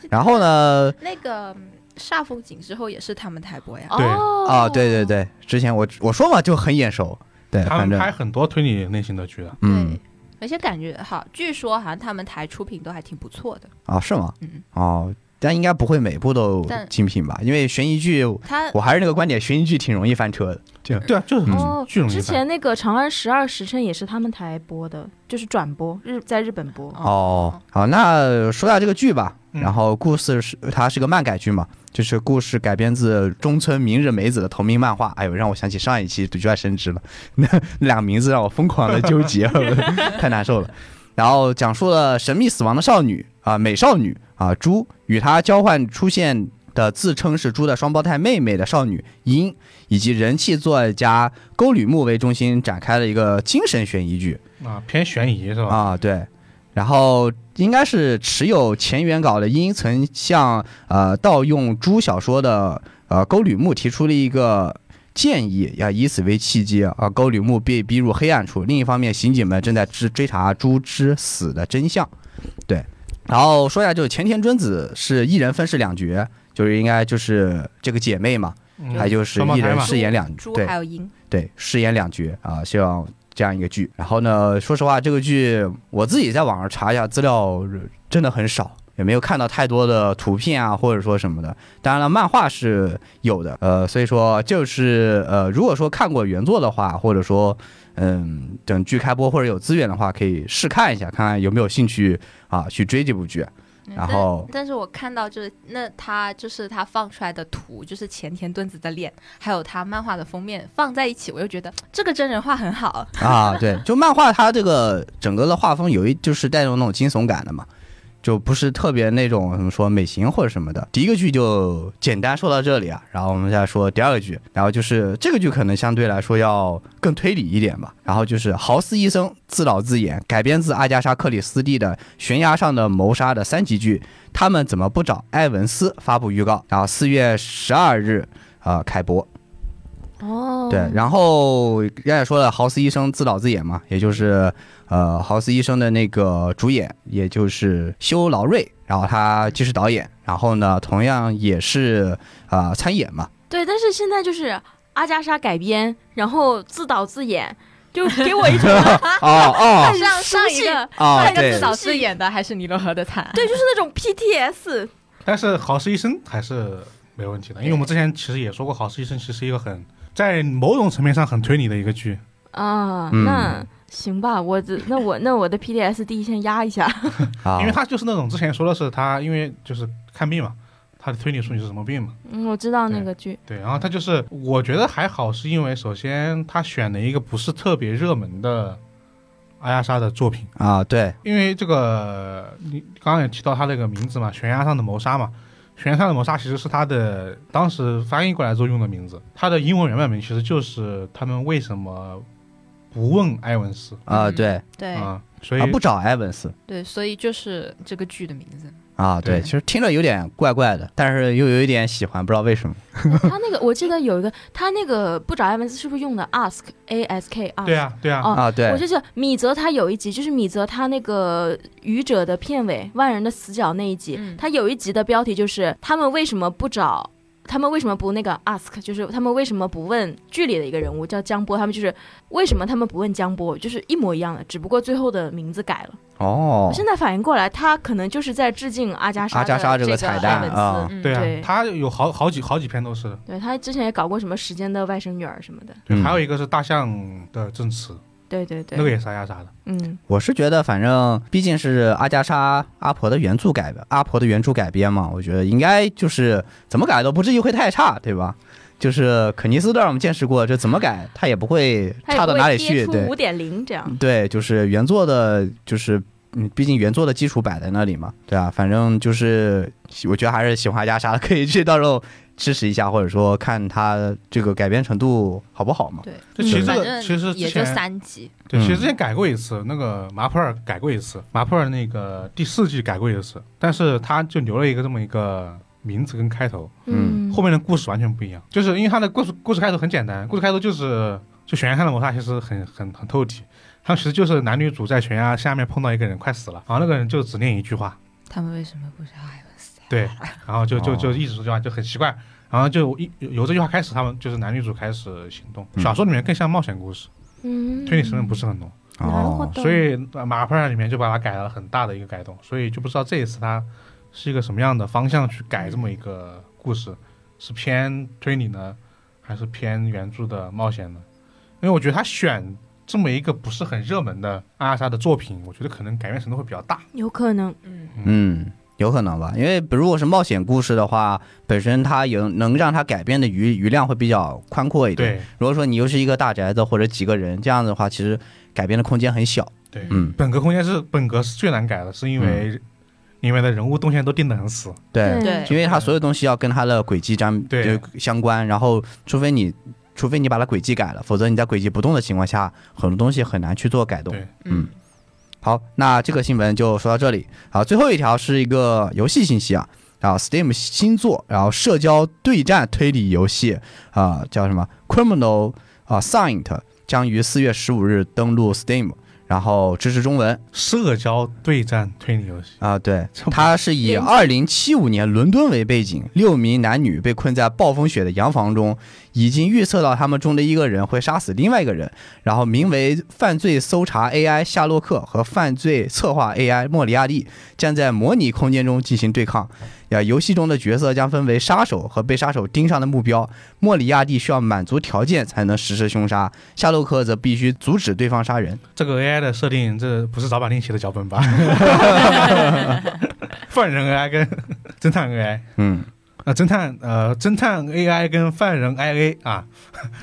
Speaker 2: 然后呢？
Speaker 4: 那个嗯煞风景之后也是他们台播呀。
Speaker 1: 对
Speaker 3: 哦
Speaker 2: 啊，对对，对，之前我我说嘛就很眼熟。对，
Speaker 1: 他
Speaker 2: 反
Speaker 1: 们
Speaker 2: 正
Speaker 1: 拍很多推理类型的剧啊的，
Speaker 2: 嗯
Speaker 4: 对。而且感觉好，据说好像他们台出品都还挺不错的。
Speaker 2: 啊，是吗？
Speaker 4: 嗯，
Speaker 2: 哦，但应该不会每部都
Speaker 4: 但
Speaker 2: 精品吧？因为悬疑剧，
Speaker 4: 他
Speaker 2: 我还是那个观点，悬疑剧挺容易翻车的。
Speaker 1: 对啊，就是很
Speaker 2: 嗯
Speaker 3: 哦，
Speaker 1: 剧容易
Speaker 3: 之
Speaker 1: 翻。
Speaker 3: 前那个《长安十二时辰》也是他们台播的，就是转播日在日本播。
Speaker 2: 哦，好，那说下这个剧吧。
Speaker 1: 嗯
Speaker 2: 然后故事是它是个漫改剧嘛，就是故事改编自中村明日美子的同名漫画。哎呦，让我想起上一期《独居外生枝》了， 那那两个名字让我疯狂的纠结， 太难受了。然后讲述了神秘死亡的少女啊、美少女啊、猪与她交换出现的自称是猪的双胞胎妹妹的少女樱，以及人气作家沟吕木为中心展开了一个精神悬疑剧。
Speaker 1: 啊，偏悬疑是吧？
Speaker 2: 啊，对。然后应该是持有前原稿的因曾向呃盗用朱小说的呃沟吕木提出了一个建议，要以此为契机啊，沟吕木被逼入黑暗处。另一方面，刑警们正在追追查朱之死的真相。对，然后说一下，就是前田真子是一人分饰两角，就是应该就是这个姐妹嘛，
Speaker 1: 嗯
Speaker 2: 还就是
Speaker 1: 双胞
Speaker 2: 一
Speaker 1: 胎
Speaker 2: 人
Speaker 1: 嘛
Speaker 2: 饰演两
Speaker 4: 猪
Speaker 2: 对
Speaker 4: 还有鹰，
Speaker 2: 对，饰演两角啊，希望这样一个剧。然后呢，说实话，这个剧我自己在网上查一下资料，真的很少，也没有看到太多的图片啊，或者说什么的。当然了，漫画是有的，呃，所以说就是呃，如果说看过原作的话，或者说嗯，等剧开播或者有资源的话，可以试看一下，看看有没有兴趣啊去追这部剧。然后
Speaker 4: 但但是我看到就是那他就是他放出来的图，就是前田敦子的脸，还有他漫画的封面放在一起，我又觉得这个真人画很好。
Speaker 2: 啊，对，就漫画它这个整个的画风有一就是带有那种惊悚感的嘛，就不是特别那种怎么说美型或者什么的。第一个剧就简单说到这里啊，然后我们再说第二个剧，然后就是这个剧可能相对来说要更推理一点吧。然后就是豪斯医生自导自演，改编自阿加莎·克里斯蒂的《悬崖上的谋杀》的三级剧。他们怎么不找埃文斯发布预告？然后四月十二日啊、呃开播。
Speaker 3: 哦，
Speaker 2: 对，然后刚才说了，豪斯医生自导自演嘛，也就是呃，豪斯医生的那个主演，也就是修劳瑞，然后他既是导演，然后呢，同样也是啊、呃参演嘛。
Speaker 3: 对，但是现在就是阿加莎改编，然后自导自演，就给我一种
Speaker 2: 哦 哦
Speaker 3: 很
Speaker 4: 上
Speaker 3: 熟
Speaker 4: 上一
Speaker 3: 悉
Speaker 4: 个
Speaker 2: 哦
Speaker 4: 上，一个
Speaker 2: 对
Speaker 4: 自，导自演的还是尼罗河的惨，
Speaker 3: 对，就是那种 PTS，
Speaker 1: 但是豪斯医生还是没问题的，因为我们之前其实也说过，豪斯医生其实是一个很在某种层面上很推理的一个剧。
Speaker 3: 啊，
Speaker 2: 嗯
Speaker 3: 那行吧，我这那我那我的 PTSD 先压一下。
Speaker 2: 啊
Speaker 1: 因为他就是那种之前说的是他，因为就是看病嘛，他的推理出你是什么病嘛，
Speaker 3: 嗯，我知道那
Speaker 1: 对
Speaker 3: 个剧，
Speaker 1: 对，然后他就是我觉得还好，是因为首先他选了一个不是特别热门的阿亚莎的作品，
Speaker 2: 啊，对，
Speaker 1: 因为这个你刚刚也提到他那个名字嘛，悬崖上的谋杀嘛。悬崖上的谋杀其实是他的当时翻译过来之后用的名字，他的英文原版名其实就是他们为什么不问埃文斯
Speaker 2: 啊
Speaker 4: 嗯
Speaker 2: 对，
Speaker 4: 对
Speaker 1: 啊，所以
Speaker 2: 啊不找埃文斯
Speaker 4: 对，所以就是这个剧的名字。
Speaker 2: 啊，对，
Speaker 1: 对
Speaker 2: 其实听着有点怪怪的，但是又有一点喜欢，不知道为什么。
Speaker 3: 他那个我记得有一个，他那个不找埃文斯是不是用的 ask a s k 啊？
Speaker 1: 对啊对啊，
Speaker 3: 哦
Speaker 2: 啊，对
Speaker 3: 我，就是米泽，他有一集就是米泽他那个愚者的片尾万人的死角那一集，
Speaker 4: 嗯
Speaker 3: 他有一集的标题就是他们为什么不找。他们为什么不那个 ask？就是他们为什么不问剧里的一个人物叫江波？他们就是为什么他们不问江波？就是一模一样的，只不过最后的名字改了。
Speaker 2: 哦
Speaker 3: 我，现在反应过来，他可能就是在致敬阿加莎
Speaker 2: 阿加莎
Speaker 3: 这
Speaker 2: 这个彩
Speaker 3: 埃
Speaker 2: 蛋
Speaker 3: 文斯
Speaker 2: 啊
Speaker 4: 嗯
Speaker 1: 对啊，
Speaker 3: 对
Speaker 1: 他有好好几好几篇都是的，
Speaker 3: 对他之前也搞过什么时间的外甥女儿什么的。
Speaker 1: 对，
Speaker 2: 嗯
Speaker 1: 还有一个是大象的证词，
Speaker 3: 对对对，
Speaker 1: 那个也是阿亚莎的，
Speaker 3: 嗯，
Speaker 2: 我是觉得，反正毕竟是阿加莎阿婆的原著改的，阿婆的原著改编嘛，我觉得应该就是怎么改都不至于会太差，对吧？就是肯尼斯都让我们见识过，这怎么改它也不会
Speaker 3: 他也
Speaker 2: 差到哪里去，
Speaker 3: 五
Speaker 2: 对
Speaker 3: 点零这样。
Speaker 2: 对，就是原作的，就是嗯，毕竟原作的基础摆在那里嘛，对啊，反正就是我觉得还是喜欢阿加莎的，可以去到时候支持一下，或者说看它这个改编程度好不好嘛。
Speaker 4: 嗯
Speaker 1: 就
Speaker 4: 对，
Speaker 1: 其实啊这个
Speaker 4: 反正
Speaker 1: 其实
Speaker 4: 也
Speaker 1: 之
Speaker 4: 就
Speaker 1: 前
Speaker 4: 三集，
Speaker 1: 对，
Speaker 2: 嗯
Speaker 1: 其实之前改过一次，那个马普尔改过一次，马普尔那个第四季改过一次，但是他就留了一个这么一个名字跟开头，
Speaker 2: 嗯
Speaker 1: 后面的故事完全不一样，就是因为他的故事故事开头很简单，故事开头就是就悬崖上的谋杀其实很很很透底，他其实就是男女主在悬崖下面碰到一个人快死了，然后那个人就只念一句话，
Speaker 4: 他们为什么不是哎埃文斯？
Speaker 1: 对，然后就就
Speaker 2: 哦
Speaker 1: 就一直说这句话就很奇怪，然后就一由由这句话开始，他们就是男女主开始行动。
Speaker 2: 嗯
Speaker 1: 小说里面更像冒险故事，
Speaker 3: 嗯，
Speaker 1: 推理成分不是很浓，
Speaker 2: 哦，
Speaker 1: 所以呃马普尔里面就把它改了很大的一个改动，所以就不知道这一次它是一个什么样的方向去改这么一个故事，是偏推理呢，还是偏原著的冒险呢？因为我觉得他选这么一个不是很热门的阿莎的作品，我觉得可能改变程度会比较大。
Speaker 3: 有可能，
Speaker 4: 嗯，
Speaker 2: 嗯，有可能吧，因为如果是冒险故事的话，本身它有能让它改编的余余量会比较宽阔一点。
Speaker 1: 对
Speaker 2: 如果说你又是一个大宅子或者几个人这样子的话，其实改编的空间很小。
Speaker 1: 对，嗯
Speaker 2: 嗯，
Speaker 1: 本格空间是本格是最难改的，是因为里面的人物动线都定得很死。
Speaker 2: 对，
Speaker 4: 对
Speaker 2: 因为它所有东西要跟它的轨迹沾
Speaker 1: 对
Speaker 2: 呃相关，然后除非你除非你把它轨迹改了，否则你在轨迹不动的情况下，很多东西很难去做改动。
Speaker 1: 对，
Speaker 2: 嗯，好，那这个新闻就说到这里。好，最后一条是一个游戏信息啊，啊，Steam 新作，然后社交对战推理游戏啊、叫什么 Criminal 啊 Signed，将于四月十五日登陆 Steam，然后支持中文
Speaker 1: 社交对战推理游戏，
Speaker 2: 啊、对，
Speaker 1: 这么
Speaker 2: 它是以
Speaker 3: 连
Speaker 2: 二零七五年伦敦为背景，六名男女被困在暴风雪的洋房中，已经预测到他们中的一个人会杀死另外一个人。然后名为“犯罪搜查 AI” 夏洛克和犯罪策划 AI 莫里亚蒂将在模拟空间中进行对抗。呀，游戏中的角色将分为杀手和被杀手盯上的目标。莫里亚蒂需要满足条件才能实施凶杀，夏洛克则必须阻止对方杀人。
Speaker 1: 这个 AI 的设定，这不是早坂令写的脚 本吧？犯人 AI 跟侦探 AI，
Speaker 2: 嗯，
Speaker 1: 呃，侦探呃，侦探 AI 跟犯人 IA 啊，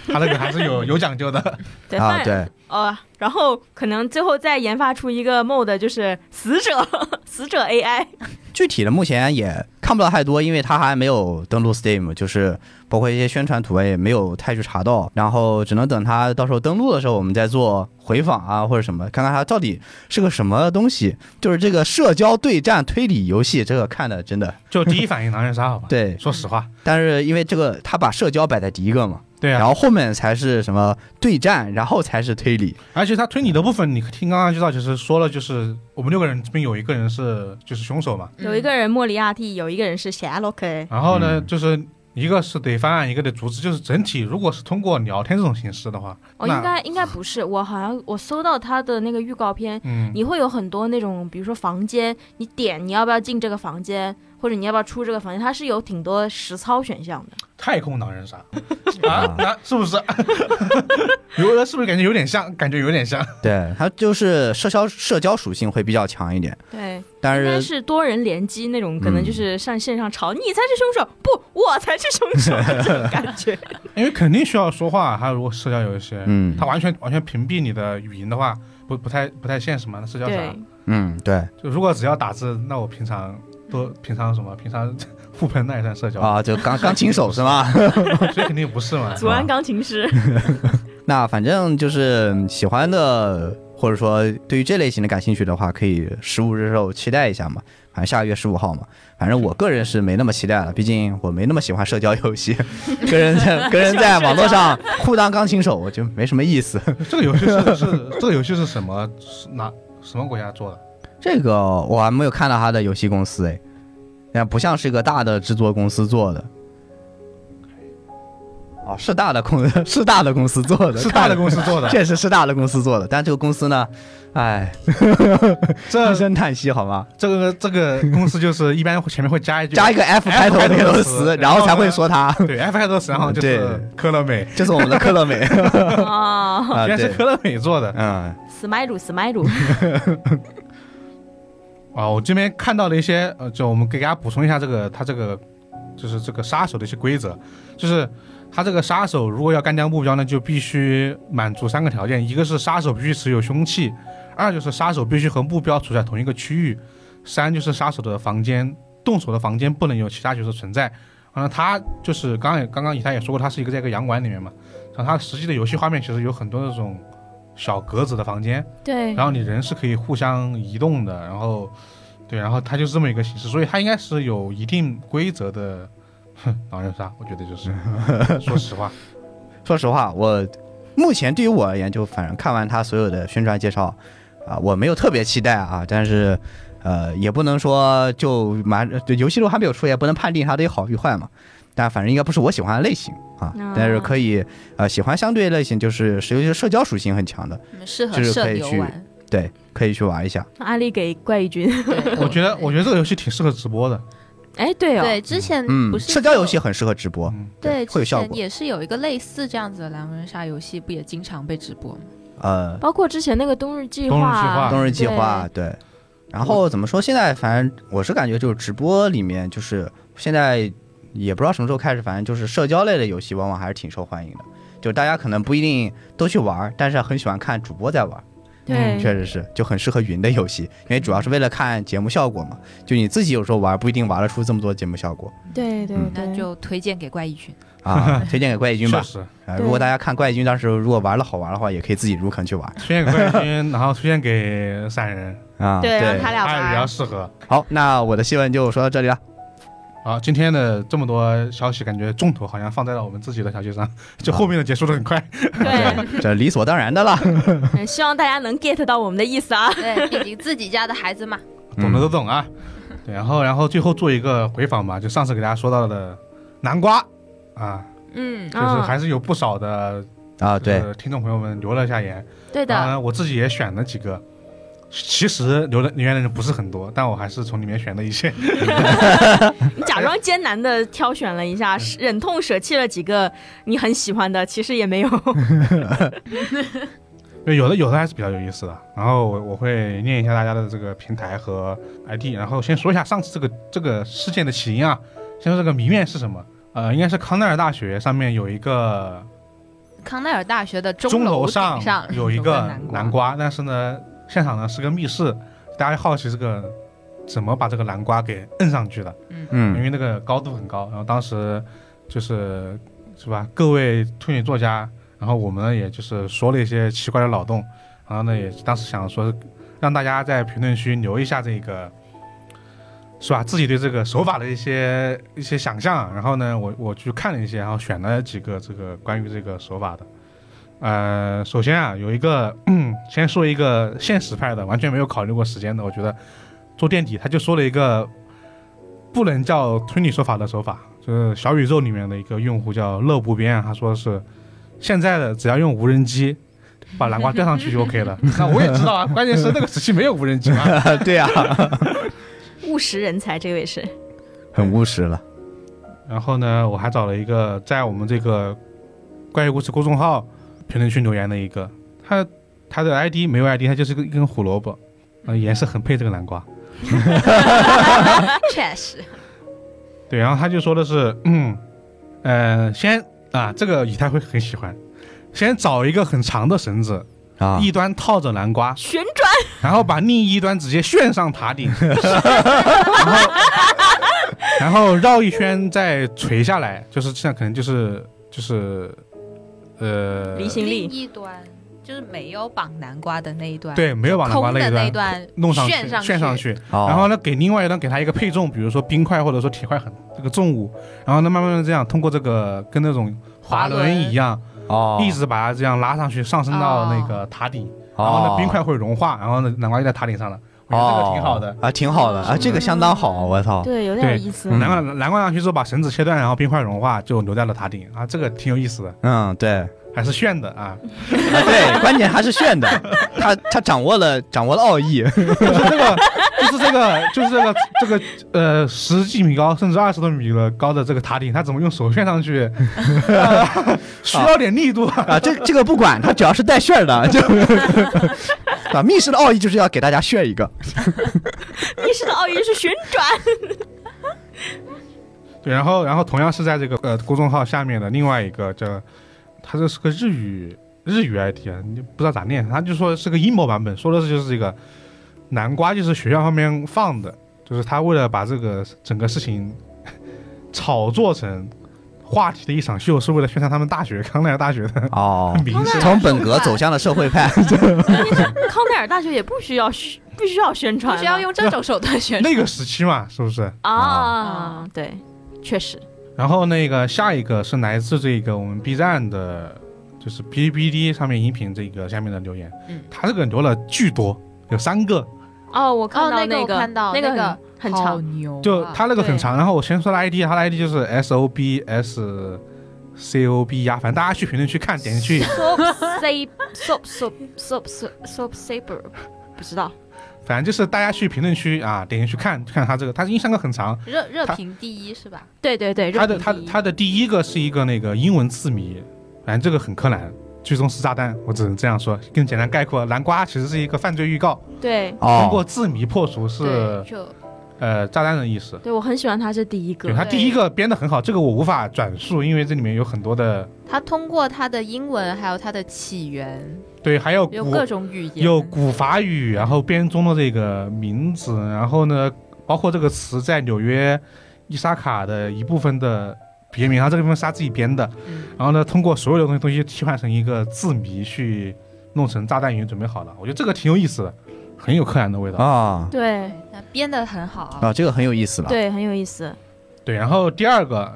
Speaker 1: 他那个还是有有讲究的。
Speaker 3: 对，
Speaker 2: 啊，
Speaker 3: 犯
Speaker 2: 对，
Speaker 3: 呃，然后可能最后再研发出一个 mod，就是死者 死者 AI，
Speaker 2: 具体的目前也看不到太多，因为它还没有登录 Steam，就是包括一些宣传图也没有太去查到，然后只能等它到时候登录的时候，我们再做回访啊或者什么，看看它到底是个什么东西。就是这个社交对战推理游戏，这个看的真的
Speaker 1: 就第一反应狼人杀，好吧？，
Speaker 2: 对，
Speaker 1: 说实话，
Speaker 2: 但是因为这个它把社交摆在第一个嘛，
Speaker 1: 对
Speaker 2: 然
Speaker 1: 啊。
Speaker 2: 后后面才是什么对战，然后才是推理。
Speaker 1: 而且他推理的部分，你听刚刚知道，就是说了，就是我们六个人这边有一个人是就是凶手
Speaker 4: 嗯
Speaker 1: 嘛，
Speaker 3: 有一个人莫里亚蒂，有一个人是 Sherlock，
Speaker 1: 然后呢，
Speaker 2: 嗯
Speaker 1: 就是一个是得方案，一个得组织，就是整体如果是通过聊天这种形式的话，
Speaker 3: 哦，
Speaker 1: 那
Speaker 3: 应该应该不是，我好像我搜到他的那个预告片，
Speaker 1: 嗯，
Speaker 3: 你会有很多那种，比如说房间，你点你要不要进这个房间，或者你要不要出这个房间，它是有挺多实操选项的。
Speaker 1: 太空狼人杀啊
Speaker 2: 啊，
Speaker 1: 那是不是？有是不是感觉有点像？感觉有点像。
Speaker 2: 对，它就是社交社交属性会比较强一点，
Speaker 3: 对，
Speaker 2: 但
Speaker 3: 应该
Speaker 2: 是
Speaker 3: 是多人联机那种，可能
Speaker 2: 呃嗯
Speaker 3: 就是上线上吵，你才是凶手，不，我才是凶手 这种感觉。
Speaker 1: 因为肯定需要说话，还有如果社交游戏，
Speaker 2: 嗯
Speaker 1: 它完全完全屏蔽你的语音的话，不不太不太现实嘛。那社交啥
Speaker 3: 对？，
Speaker 2: 嗯，对。
Speaker 1: 就如果只要打字，那我平常多平常什么平常互喷那也算社交，
Speaker 2: 啊，就钢钢琴手是吗？
Speaker 1: 所以肯定不是嘛。
Speaker 3: 祖安钢琴 师，
Speaker 2: 那反正就是喜欢的，或者说对于这类型的感兴趣的话，可以十五日之后期待一下嘛。反正下个月十五号嘛，反正我个人是没那么期待了，毕竟我没那么喜欢社交游 戏，跟人在跟人在网络上互当钢琴手，我就没什么意思。
Speaker 1: 这个游戏是是这个游戏是什么是哪什么国家做的？
Speaker 2: 这个我还没有看到他的游戏公司哎，那不像是个大的制作公司做的。哦，是大的公 是大的公司做的，
Speaker 1: 是大的公司做的。
Speaker 2: 确实是大的公司做的，但这个公司呢，哎，
Speaker 1: 这
Speaker 2: 一声叹息好吗？
Speaker 1: 这个这个公司就是一般前面会加一句
Speaker 2: 加一个 F 开头的
Speaker 1: 开头的
Speaker 2: 俄罗
Speaker 1: 词
Speaker 2: 斯，
Speaker 1: 然
Speaker 2: 然
Speaker 1: 后
Speaker 2: 后才会说它
Speaker 1: 对 F 开头词，然后就是
Speaker 2: 对
Speaker 1: 科乐美，
Speaker 2: 就是我们的科乐美
Speaker 3: 啊
Speaker 2: 啊，
Speaker 1: 原来是
Speaker 2: 对，
Speaker 1: 科乐美做的。
Speaker 2: 嗯，
Speaker 3: ，smile smile，
Speaker 1: 啊，我这边看到了一些，呃，就我们给大家补充一下这个他这个就是这个杀手的一些规则，就是他这个杀手如果要干掉目标呢，就必须满足三个条件，一个是杀手必须持有凶器，二就是杀手必须和目标处在同一个区域，三就是杀手的房间动手的房间不能有其他角色存在。然后他就是刚刚也刚刚以太也说过，他是一个在一个洋馆里面嘛，然后他实际的游戏画面其实有很多那种小格子的房间，
Speaker 3: 对
Speaker 1: 然后你人是可以互相移动的，然后对，然后它就是这么一个形式，所以它应该是有一定规则的。 哼，狼人杀，我觉得就是，说实话，
Speaker 2: 说实话，我目前对于我而言，就反正看完它所有的宣传介绍啊，我没有特别期待啊，但是。呃，也不能说就马就游戏都还没有出，也不能判定它的好与坏嘛。但反正应该不是我喜欢的类型啊，但是可以呃喜欢相对类型，就是尤其是社交属性很强的，
Speaker 4: 嗯适合
Speaker 2: 就是
Speaker 4: 社
Speaker 2: 可以
Speaker 4: 牛
Speaker 2: 去
Speaker 4: 玩。
Speaker 2: 对，可以去玩一下。
Speaker 3: 安利给怪异 君。
Speaker 4: 对
Speaker 1: 我觉得，我觉得这个游戏挺适合直播的。
Speaker 3: 哎，对哦，
Speaker 4: 对之前
Speaker 2: 嗯，
Speaker 4: 不是
Speaker 2: 社交
Speaker 4: 有
Speaker 2: 游戏很适合直播
Speaker 1: 嗯，
Speaker 4: 对
Speaker 2: 会有
Speaker 4: 之
Speaker 2: 效
Speaker 4: 前
Speaker 2: 果。
Speaker 4: 也是有一个类似这样子的狼人杀游戏，不也经常被直播吗？
Speaker 2: 呃，
Speaker 3: 包括之前那个冬日计
Speaker 1: 冬日
Speaker 3: 划，
Speaker 1: 计划
Speaker 2: 冬日计划对，然后怎么说？现在反正我是感觉就是直播里面，就是现在也不知道什么时候开始，反正就是社交类的游戏往往还是挺受欢迎的。就大家可能不一定都去玩，但是很喜欢看主播在玩，
Speaker 1: 嗯
Speaker 3: 对，
Speaker 2: 确实是就很适合云的游戏，因为主要是为了看节目效果嘛。就你自己有时候玩不一定玩得出这么多节目效果
Speaker 3: 对对
Speaker 2: 嗯
Speaker 3: 对，
Speaker 4: 那就推荐给怪异群。
Speaker 2: 啊， 推荐给怪异君
Speaker 1: 确
Speaker 2: 吧。
Speaker 1: 实，
Speaker 2: 啊，
Speaker 3: 对
Speaker 2: 如果大家看怪异君当时如果玩的好玩的话，也可以自己入坑去玩
Speaker 1: 推荐给冠军，然后推荐给散人，
Speaker 2: 啊。
Speaker 3: 对，让他俩
Speaker 1: 他也比较
Speaker 3: 玩。
Speaker 1: 适合。
Speaker 2: 好，那我的新闻就说到这里了。
Speaker 1: 好，今天的这么多消息，感觉重头好像放在了我们自己的消息上， 就后面的结束的很快。
Speaker 3: 对，
Speaker 2: 这理所当然的了，
Speaker 3: 嗯希望大家能 get 到我们的意思 啊。
Speaker 4: 对，毕竟自己家的孩子嘛。
Speaker 1: 懂的都懂啊。对，然后然后最后做一个回访吧，就上次给大家说到的南瓜啊，
Speaker 4: 嗯，
Speaker 1: 就是
Speaker 3: 嗯
Speaker 1: 还是有不少的
Speaker 2: 啊，对，，
Speaker 1: 呃听众朋友们留了一下言。
Speaker 3: 对
Speaker 1: 当
Speaker 3: 的，
Speaker 1: 然我自己也选了几个，其实留的留言的人不是很多，但我还是从里面选了一些。
Speaker 3: 你假装艰难的挑选了一
Speaker 1: 嗯
Speaker 3: 下，忍痛舍弃了几个你很喜欢的，其实也 没有。
Speaker 1: 对，有的有的还是比较有意思的。然后我我会念一下大家的这个平台和 ID，然后先说一下上次这个这个事件的起因啊。先说这个谜面是什么？呃，应该是康奈尔大学上面有一个
Speaker 4: 康奈尔大学的
Speaker 1: 钟
Speaker 4: 楼
Speaker 1: 楼
Speaker 4: 顶
Speaker 1: 上
Speaker 4: 上
Speaker 1: 有一个南
Speaker 4: 南，
Speaker 1: 瓜，但是呢，现场呢是个密室，大家好奇这个怎么把这个南瓜给摁上去的，因
Speaker 2: 嗯
Speaker 1: 为那个呃高度很高。然后当时就是是吧，各位推理作家，然后我们呢也就是说了一些奇怪的脑洞，然后呢也当时想说让大家在评论区留一下这个。是吧？自己对这个手法的一些一些想象，然后呢，我我去看了一些，然后选了几个这个关于这个手法的。呃，首先啊，有一个， 先说一个现实派的，完全没有考虑过时间的。我觉得坐垫底，他就说了一个不能叫推理手法的手法，就是小宇宙里面的一个用户叫乐不边，他说是现在的只要用无人机把南瓜吊上去就 OK 了。 那我也知道啊，关键是那个时期没有无人机嘛。
Speaker 2: 啊， 对啊，
Speaker 3: 务实人才，这位是
Speaker 2: 很务实了。
Speaker 1: 然后呢，我还找了一个在我们这个怪异故事公众号评论区留言的一个，他他的 ID 没有 ID，他就是个一根胡萝卜，呃，颜色很配这个南瓜。
Speaker 4: 确实，
Speaker 1: 对，然后他就说的是，嗯，呃，先啊，这个以太会很喜欢，先找一个很长的绳子，
Speaker 2: 啊，
Speaker 1: 一端套着南瓜，
Speaker 3: 旋转，
Speaker 1: 然后把另一端直接旋上塔 顶，然后然后绕一圈再垂下来，就是这样，可能就是就是呃，
Speaker 3: 离心
Speaker 4: 另
Speaker 3: 力
Speaker 4: 一端就是没有绑南瓜的那一端，，
Speaker 1: 对，没有把南瓜
Speaker 4: 空的
Speaker 1: 那
Speaker 4: 那
Speaker 1: 一
Speaker 4: 一
Speaker 1: 端
Speaker 4: 段
Speaker 1: 弄上去
Speaker 4: 炫上
Speaker 1: 炫上，去，
Speaker 2: 哦
Speaker 1: 然后呢，给另外一端给它一个配重，比如说冰块或者说铁块很这个重物，然后呢慢慢的这样通过这个跟那种滑
Speaker 4: 滑轮
Speaker 1: 轮一样，
Speaker 2: 哦，
Speaker 1: 一直把它这样拉上去，上升到那个塔顶，然后呢冰块会融化，然后呢南瓜就在塔顶上了，我觉得这个挺好的。
Speaker 2: 哦
Speaker 1: 嗯
Speaker 2: 啊，挺好的啊，这个相当好，我操，
Speaker 3: 对，有
Speaker 1: 对嗯
Speaker 3: 点意思。
Speaker 1: 南瓜南瓜上去之后把绳子切断，然后冰块融化就留在了塔顶啊，这个挺有意思的，
Speaker 2: 嗯，对，啊
Speaker 1: 还是炫的啊。
Speaker 2: 对，关键还是炫的，他他掌握了掌握了奥义，
Speaker 1: 就是这个，就是这个，就是这个这个呃十几米高甚至二十多米的高的这个塔顶，他怎么用手炫上去？ 呃需要点力度。
Speaker 2: 啊，这这个不管，他只要是带旋儿 的就，啊，密室的奥义就是要给大家炫一个，
Speaker 3: 密室的奥运是旋转，
Speaker 1: 对，然后然后同样是在这个呃公众号下面的另外一个叫，他这是个日语日语 IT 啊，你不知道咋念，他就说是个阴谋版本，说的是就是这个南瓜就是学校方面放的，就是他为了把这个整个事情炒作成话题的一场秀，是为了宣传他们大学康奈尔大学的
Speaker 2: 哦
Speaker 1: 名声。
Speaker 2: 从本格走向了社会派，
Speaker 3: 康奈尔大学也不需要宣不需要宣传
Speaker 4: 不需
Speaker 3: 了，
Speaker 4: 要用这种手段选，
Speaker 1: 那个时期嘛，是不是？
Speaker 3: 啊
Speaker 4: 啊，
Speaker 3: 对，确实
Speaker 1: 然后那个下一个是来自这个我们 B 站的，就是哔哩哔哩上面音频这个下面的留言，
Speaker 4: 嗯
Speaker 1: 他这个留了巨多，有三个，
Speaker 3: 哦，我看
Speaker 4: 哦，
Speaker 3: 到
Speaker 4: 个我
Speaker 3: 个
Speaker 4: 看到
Speaker 3: 那
Speaker 4: 个
Speaker 3: 个 很很
Speaker 4: 好
Speaker 3: 长，
Speaker 4: 牛啊，
Speaker 1: 就他那个很
Speaker 4: 对，
Speaker 1: 长。然后我先说他的 ID，他的 ID 就是 S O B S C O B 呀，反正大家去评论区看，点 进去，
Speaker 3: soap sap soap soap soap soap soap saber，不知道
Speaker 1: 反正就是大家去评论区啊，点进去看看他这个，他因为三个很长，
Speaker 4: 热热
Speaker 1: 他
Speaker 4: 评第一是吧？
Speaker 3: 对对对，
Speaker 1: 他的
Speaker 3: 热
Speaker 1: 他
Speaker 3: 评第一
Speaker 1: 他的第一个是一个那个英文字谜，反正这个很柯南，剧中是炸弹，我只能这样说，更简单概括，南瓜其实是一个犯罪预告。
Speaker 3: 对
Speaker 1: 通过
Speaker 2: 哦，
Speaker 1: 字谜破除是
Speaker 4: 对，就
Speaker 1: 呃炸弹的意思。
Speaker 3: 对，我很喜欢他这第一个
Speaker 1: 对，他
Speaker 4: 对
Speaker 1: 第一个编的很好，这个我无法转述，因为这里面有很多的
Speaker 4: 他通过他的英文还有他的起源，
Speaker 1: 对，还有
Speaker 4: 有
Speaker 1: 古
Speaker 4: 各种语言，
Speaker 1: 有古法语，然后编钟的这个名字，然后呢，包括这个词在纽约伊萨卡的一部分的别名，他这个部分是他自己编的，
Speaker 4: 嗯
Speaker 1: 然后呢，通过所有的东西东西替换成一个字谜去弄成炸弹已经准备好了，我觉得这个挺有意思的，很有柯南的味道。
Speaker 2: 啊
Speaker 3: 对
Speaker 4: 对，那编的很好啊，
Speaker 2: 啊，这个很有意思了，
Speaker 3: 对，很有意思，
Speaker 1: 对，然后第二个，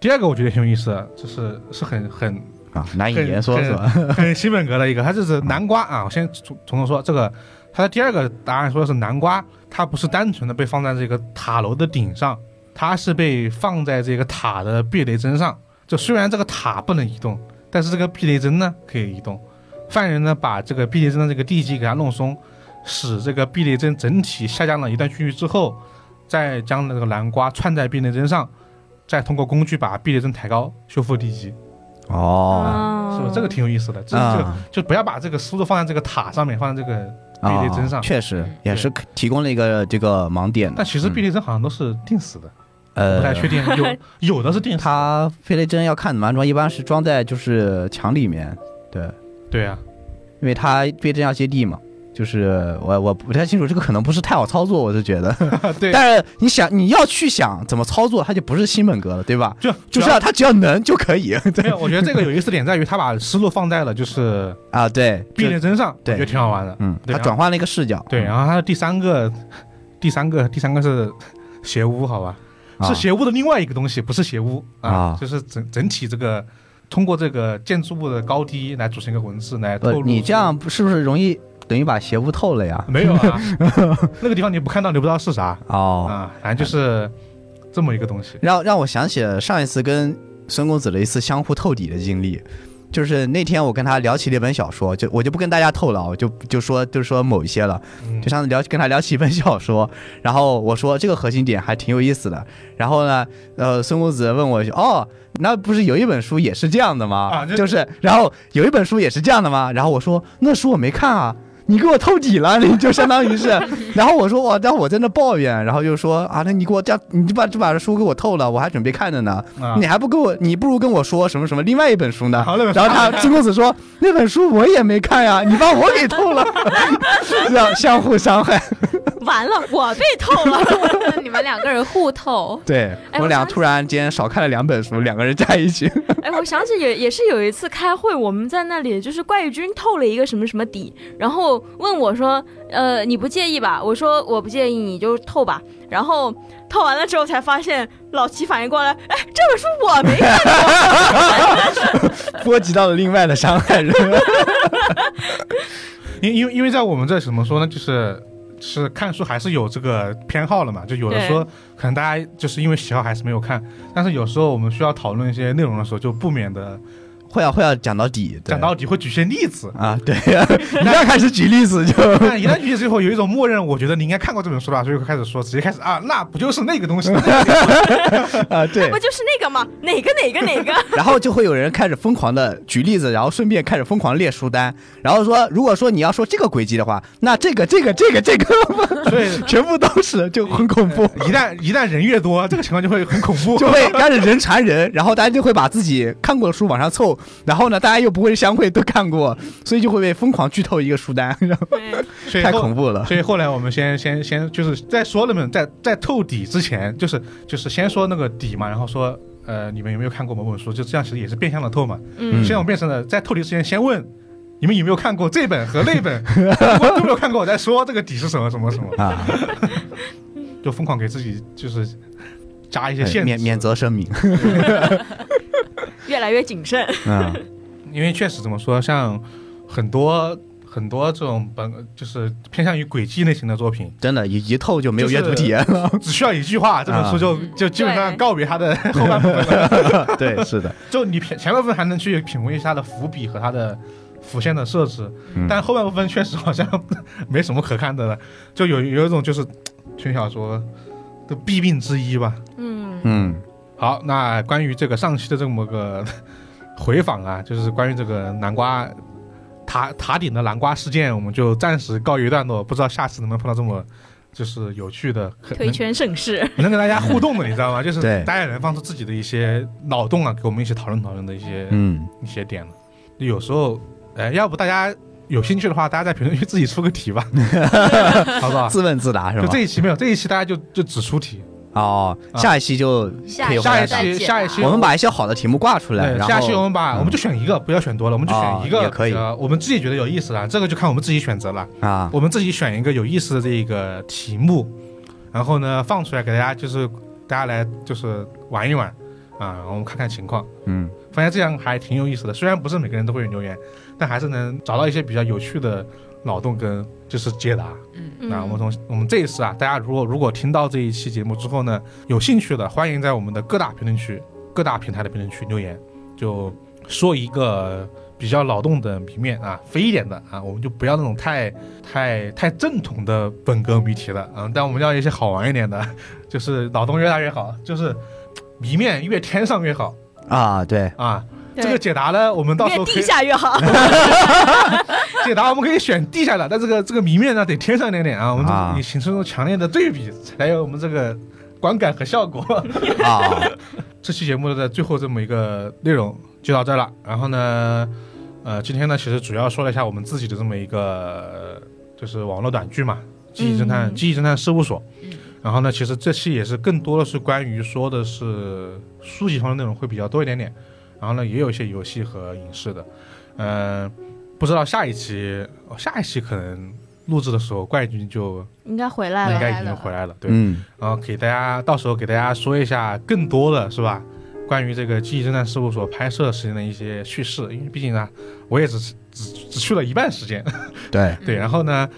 Speaker 1: 第二个我觉得挺有意思的，就是是很很
Speaker 2: 啊，难以言说是吧？
Speaker 1: 很西本格的一个，它就是南瓜啊。我先从从头说这个，它的第二个答案说的是南瓜，它不是单纯的被放在这个塔楼的顶上，它是被放在这个塔的避雷针上。就虽然这个塔不能移动，但是这个避雷针呢可以移动。犯人呢把这个避雷针的这个地基给它弄松，使这个避雷针整体下降了一段距离之后，再将那个南瓜穿在避雷针上，再通过工具把避雷针抬高，修复地基。
Speaker 2: 哦，
Speaker 3: 哦
Speaker 1: 是吧？这个挺有意思的，这这个
Speaker 2: 啊，
Speaker 1: 就不要把这个思路放在这个塔上面，放在这个避
Speaker 2: 啊
Speaker 1: 雷针上。嗯
Speaker 2: 确实也是提供了一个这个盲点的，
Speaker 1: 但其实避雷针好像都是定死的，
Speaker 2: 嗯
Speaker 1: 不太
Speaker 2: 呃，
Speaker 1: 确定，有有的是电视，
Speaker 2: 它飞雷针要看怎么安装，一般是装在就是墙里面， 对，
Speaker 1: 对啊，
Speaker 2: 因为它飞雷针要接地嘛。就是我我不太清楚，这个可能不是太好操作，我是觉得。
Speaker 1: 对
Speaker 2: 但是你想你要去想怎么操作，它就不是新本格了，对吧？
Speaker 1: 就
Speaker 2: 就
Speaker 1: 主
Speaker 2: 是
Speaker 1: 要
Speaker 2: 啊，它只要能就可以。
Speaker 1: 没有，我觉得这个有意思点在于他把思路放在了就是
Speaker 2: 啊，对，嗯
Speaker 1: 避雷针上，
Speaker 2: 对
Speaker 1: 我觉得挺好玩的。
Speaker 2: 嗯，
Speaker 1: 对
Speaker 2: 它
Speaker 1: 啊
Speaker 2: 转换了一个视角。
Speaker 1: 对，啊然后他的第三个，第三个，第三个是邪屋，好吧，
Speaker 2: 啊
Speaker 1: 是邪屋的另外一个东西，不是邪屋啊
Speaker 2: 啊，
Speaker 1: 就是整整体这个通过这个建筑物的高低来组成一个文字来透
Speaker 2: 不，
Speaker 1: 露。
Speaker 2: 呃你这样不是不是容易等于把鞋屋透了呀？
Speaker 1: 没有 啊？那个地方你不看到，你不知道是啥
Speaker 2: 哦，
Speaker 1: 啊，反正就是这么一个东 西。
Speaker 2: 让让我想起了上一次跟孙公子的一次相互透底的经历。就是那天我跟他聊起了一本小说，就我就不跟大家透了，我就就说就说某一些了。
Speaker 1: 嗯
Speaker 2: 就上次聊跟他聊起一本小说，然后我说这个核心点还挺有意思的。然后呢，呃，孙公子问我哦，那不是有一本书也是这样的吗？
Speaker 1: 啊这
Speaker 2: 就是，然后有一本书也是这样的吗？然后我说那书我没看啊。你给我透底了，你就相当 于是，然后我说哇，但我在那抱怨，然后就说啊，那你给我这样，你就把就把这书给我透了，我还准备看着呢，
Speaker 1: 啊
Speaker 2: 你还不跟我，你不如跟我说什么什么另外一本书呢？
Speaker 1: 好那本书
Speaker 2: 然后他孙公子说那本书我也没看呀，你把我给偷 了， 这样相互伤害。
Speaker 3: 嗯完了，我被透了。
Speaker 4: 你们两个人互透，
Speaker 2: 对
Speaker 3: 哎
Speaker 2: 我
Speaker 3: 我
Speaker 2: 俩
Speaker 3: 想起
Speaker 2: 突然间少看了两本书，两个人在一起。
Speaker 3: 哎，我想起也也是有一次开会，我们在那里就是怪异君透了一个什么什么底，然后问我说，呃，你不介意吧？我说我不介意，你就透吧。然后透完了之后才发现，老齐反应过来，哎，这本书我没 看，
Speaker 2: 波及到了另外的伤害人。
Speaker 1: 因因为因为在我们这怎么说呢，就是是看书还是有这个偏好了嘛，就有的时候可能大家就是因为喜好还是没有看，但是有时候我们需要讨论一些内容的时候，就不免的
Speaker 2: 会啊要会要讲到底，对
Speaker 1: 讲到底会举些例 子。
Speaker 2: 啊，对呀、一旦开始举例子就
Speaker 1: 但一旦举例子以后，有一种默认，我觉得你应该看过这本书吧，所以会开始说，直接开始啊，那不就是那个东 西吗？
Speaker 2: 啊， 对
Speaker 3: 不，就是那个吗？哪个哪个哪 个？
Speaker 2: 然后就会有人开始疯狂的举例子，然后顺便开始疯狂列书单，然后说，如果说你要说这个轨迹的话，那这个这个这个这个
Speaker 1: 所以
Speaker 2: 全部都是，就很恐 怖。
Speaker 1: 一旦一旦人越多，这个情况就会很恐怖。
Speaker 2: 就会开始人传人，然后大家就会把自己看过的书往上凑，然后呢，大家又不会相会都看过，所以就会被疯狂剧透一个书单，然后
Speaker 1: 所以
Speaker 2: 太
Speaker 1: 后
Speaker 2: 恐 怖了。
Speaker 1: 所以后来我们先先先就是在说那本在在透底之前，就是就是先说那个底嘛，然后说呃你们有没有看过某本书，就这样其实也是变相的透嘛。
Speaker 3: 嗯
Speaker 1: 现在我变成了在透底之前先问你们有没有看过这本和那本，如果都没有看过，我再说这个底是什么什么什么，
Speaker 2: 啊，
Speaker 1: 就疯狂给自己就是加一些
Speaker 2: 哎
Speaker 1: 限
Speaker 2: 免
Speaker 1: 制，
Speaker 2: 免责声 明，
Speaker 3: 越来越谨慎。
Speaker 2: 嗯，
Speaker 1: 因为确实怎么说，像很多很多这种本就是偏向于轨迹类型的作品，
Speaker 2: 真的，一一透就没有
Speaker 1: 就是
Speaker 2: 阅读体验 了。
Speaker 1: 只需要一句话，这本书就
Speaker 4: 嗯
Speaker 1: 就基本上
Speaker 3: 对
Speaker 1: 告别它的后半部分了。
Speaker 2: 对，是的，
Speaker 1: 就你前前半部分还能去品味一下它的伏笔和它的浮现的设置，
Speaker 2: 嗯
Speaker 1: 但后半部分确实好像没什么可看的了，就有有一种就是群小说的弊病之一吧。
Speaker 3: 嗯，
Speaker 2: 嗯，
Speaker 1: 好，那关于这个上期的这么个回访啊，就是关于这个南瓜塔塔顶的南瓜事件，我们就暂时告一段落。不知道下次能不能碰到这么就是有趣的可
Speaker 3: 推圈盛世，
Speaker 1: 能能跟大家互动的，你知道吗？就是
Speaker 2: 对
Speaker 1: 大家也能放出自己的一些脑洞啊，给我们一起讨论讨论的一些
Speaker 2: 嗯，
Speaker 1: 一些点了。有时候，哎，要不大家有兴趣的话，大家在评论区自己出个 题吧，好不好？
Speaker 2: 自问自答是
Speaker 1: 啊就
Speaker 2: 吗
Speaker 1: 这？一期没有，这一期大家就就只出题，
Speaker 2: 哦，
Speaker 1: 啊
Speaker 2: 下一期就
Speaker 4: 下
Speaker 2: 可以回
Speaker 1: 下
Speaker 2: 来
Speaker 1: 一
Speaker 2: 打
Speaker 4: 再
Speaker 1: 期
Speaker 4: 见
Speaker 1: 下一
Speaker 4: 啊
Speaker 1: 期
Speaker 2: 我们把一些好的题目挂出来，
Speaker 1: 对
Speaker 2: 然
Speaker 1: 下期我
Speaker 2: 后
Speaker 1: 们把、
Speaker 2: 嗯
Speaker 1: 我们就选一个，不要选多了，我们就选一个，
Speaker 2: 哦也可以
Speaker 1: 呃我们自己觉得有意思的，这个就看我们自己选择了，
Speaker 2: 啊，
Speaker 1: 我们自己选一个有意思的这一个题目，然后呢放出来给大家，就是大家来就是玩一玩啊，我们看看情况。
Speaker 2: 嗯，
Speaker 1: 发现这样还挺有意思的。虽然不是每个人都会留言，但还是能找到一些比较有趣的脑洞跟就是解答。
Speaker 3: 嗯
Speaker 1: 嗯那我们从我们这一次啊，大家如果如果听到这一期节目之后呢，有兴趣的欢迎在我们的各大评论区、各大平台的评论区留言，就说一个比较脑洞的谜面啊，飞一点的啊，我们就不要那种太太太正统的本格谜题了啊，但我们要一些好玩一点的，就是脑洞越大越好，就是 谜面越天上越好
Speaker 2: 啊，对，
Speaker 1: 啊。
Speaker 3: 对
Speaker 1: 这个解答呢，我们到时
Speaker 3: 越
Speaker 1: 候可
Speaker 3: 地
Speaker 1: 以
Speaker 3: 下 越好。
Speaker 1: 解答，我们可以选地下的，但这个这个谜面呢得天上一点点啊，我们
Speaker 2: 啊
Speaker 1: 就形成一种强烈的对比，才有我们这个观感和效果。
Speaker 2: 啊，
Speaker 1: 这期节目的最后这么一个内容就到这儿了。然后呢，呃，今天呢，其实主要说了一下我们自己的这么一个就是网络短剧嘛，《记忆侦探》
Speaker 3: 嗯
Speaker 1: 记忆侦探事务所
Speaker 4: 嗯》。
Speaker 1: 然后呢，其实这期也是更多的是关于说的是书籍方面的内容会比较多一点点。然后呢，也有一些游戏和影视的。嗯、不知道下一期，哦下一期可能录制的时候，怪君就
Speaker 3: 应该回来
Speaker 1: 应
Speaker 3: 了。
Speaker 1: 该已经回来了， 对。
Speaker 2: 嗯，
Speaker 1: 然后啊给大家到时候给大家说一下更多的是吧？关于这个《记忆侦探事务所》拍摄时间的一些趣事，因为毕竟呢，我也只是只只去了一半时间，
Speaker 2: 对，
Speaker 1: 对。
Speaker 4: 嗯
Speaker 1: 然后呢，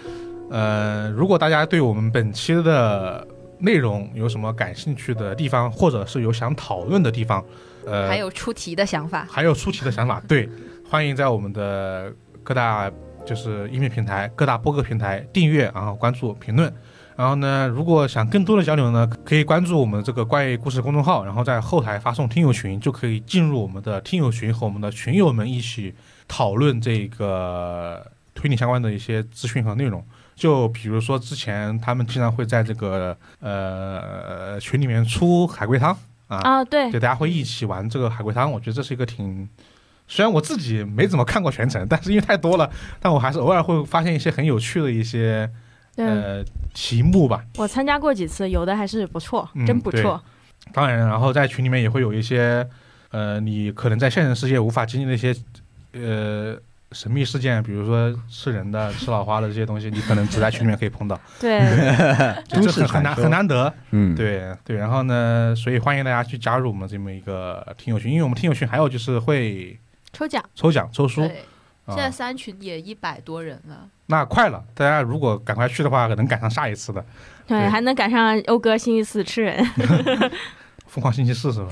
Speaker 1: 呃，如果大家对我们本期的内容有什么感兴趣的地方，或者是有想讨论的地方，呃，
Speaker 4: 还有出题的想法，
Speaker 1: 还有出奇的想法，对，欢迎在我们的各大就是音乐平台、各大播客平台订阅，然后关注、评论。然后呢，如果想更多的交流呢，可以关注我们这个怪异故事公众号，然后在后台发送听友群，就可以进入我们的听友群和我们的群友们一起讨论这个推理相关的一些资讯和内容。就比如说之前他们经常会在这个呃群里面出海龟汤啊，
Speaker 3: 啊，对，
Speaker 1: 对，大家会一起玩这个海龟汤，我觉得这是一个挺，虽然我自己没怎么看过全程，但是因为太多了，但我还是偶尔会发现一些很有趣的一些
Speaker 3: 对
Speaker 1: 呃题目吧。
Speaker 3: 嗯我参加过几次，有的还是不错
Speaker 1: 嗯，
Speaker 3: 真不错。
Speaker 1: 当然，然后在群里面也会有一些呃，你可能在现实世界无法经历的一些呃神秘事件，比如说吃人的、吃老花的这些东西，你可能只在群里面可以碰到，
Speaker 3: 对，
Speaker 1: 就这
Speaker 2: 都市
Speaker 1: 很很
Speaker 2: 传
Speaker 1: 难
Speaker 2: 说
Speaker 1: 很难得。
Speaker 2: 嗯，
Speaker 1: 对对，然后呢，所以欢迎大家去加入我们这么一个听友群，因为我们听友群还有就是会
Speaker 3: 抽奖
Speaker 1: 抽奖抽书。
Speaker 4: 对，
Speaker 1: 啊
Speaker 4: 现。在三群也一百多人了，
Speaker 1: 那快了，大家如果赶快去的话，可能赶上下一次的对
Speaker 3: 对，还能赶上欧哥星期四吃人，
Speaker 1: 疯狂星期四，是吧？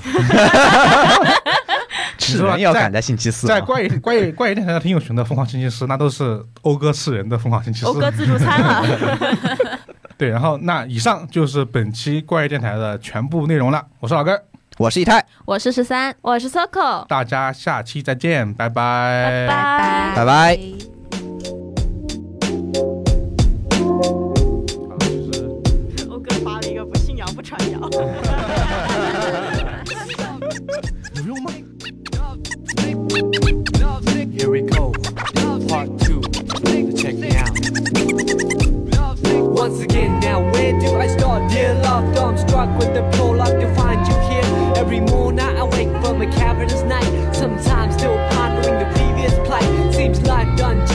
Speaker 2: 吃人要赶在星期
Speaker 3: 啊
Speaker 2: 四吗，啊
Speaker 1: 在 怪异怪异怪异电台的听友群的疯狂星期四，那都是欧哥是人的疯狂星 期
Speaker 3: 欧哥
Speaker 1: 四。
Speaker 3: 自助餐了。
Speaker 1: 对，然后那以上就是本期怪异电台的全部内容了。我是老根儿，
Speaker 2: 我是以太，
Speaker 4: 我是十三，
Speaker 3: 我是 Circle，
Speaker 1: 大家下期再见，拜
Speaker 3: 拜
Speaker 4: 拜
Speaker 2: 拜拜。
Speaker 1: 啊就是
Speaker 3: 欧哥发了一个不信谣不传谣。
Speaker 1: 有用吗？
Speaker 5: Here we go, part two. Check it out. Once again, now where do I start? Dear love, I'm struck with the prologue to find you here. Every moon night I wake from a cavernous night. Sometimes still pondering the previous plight. Seems life done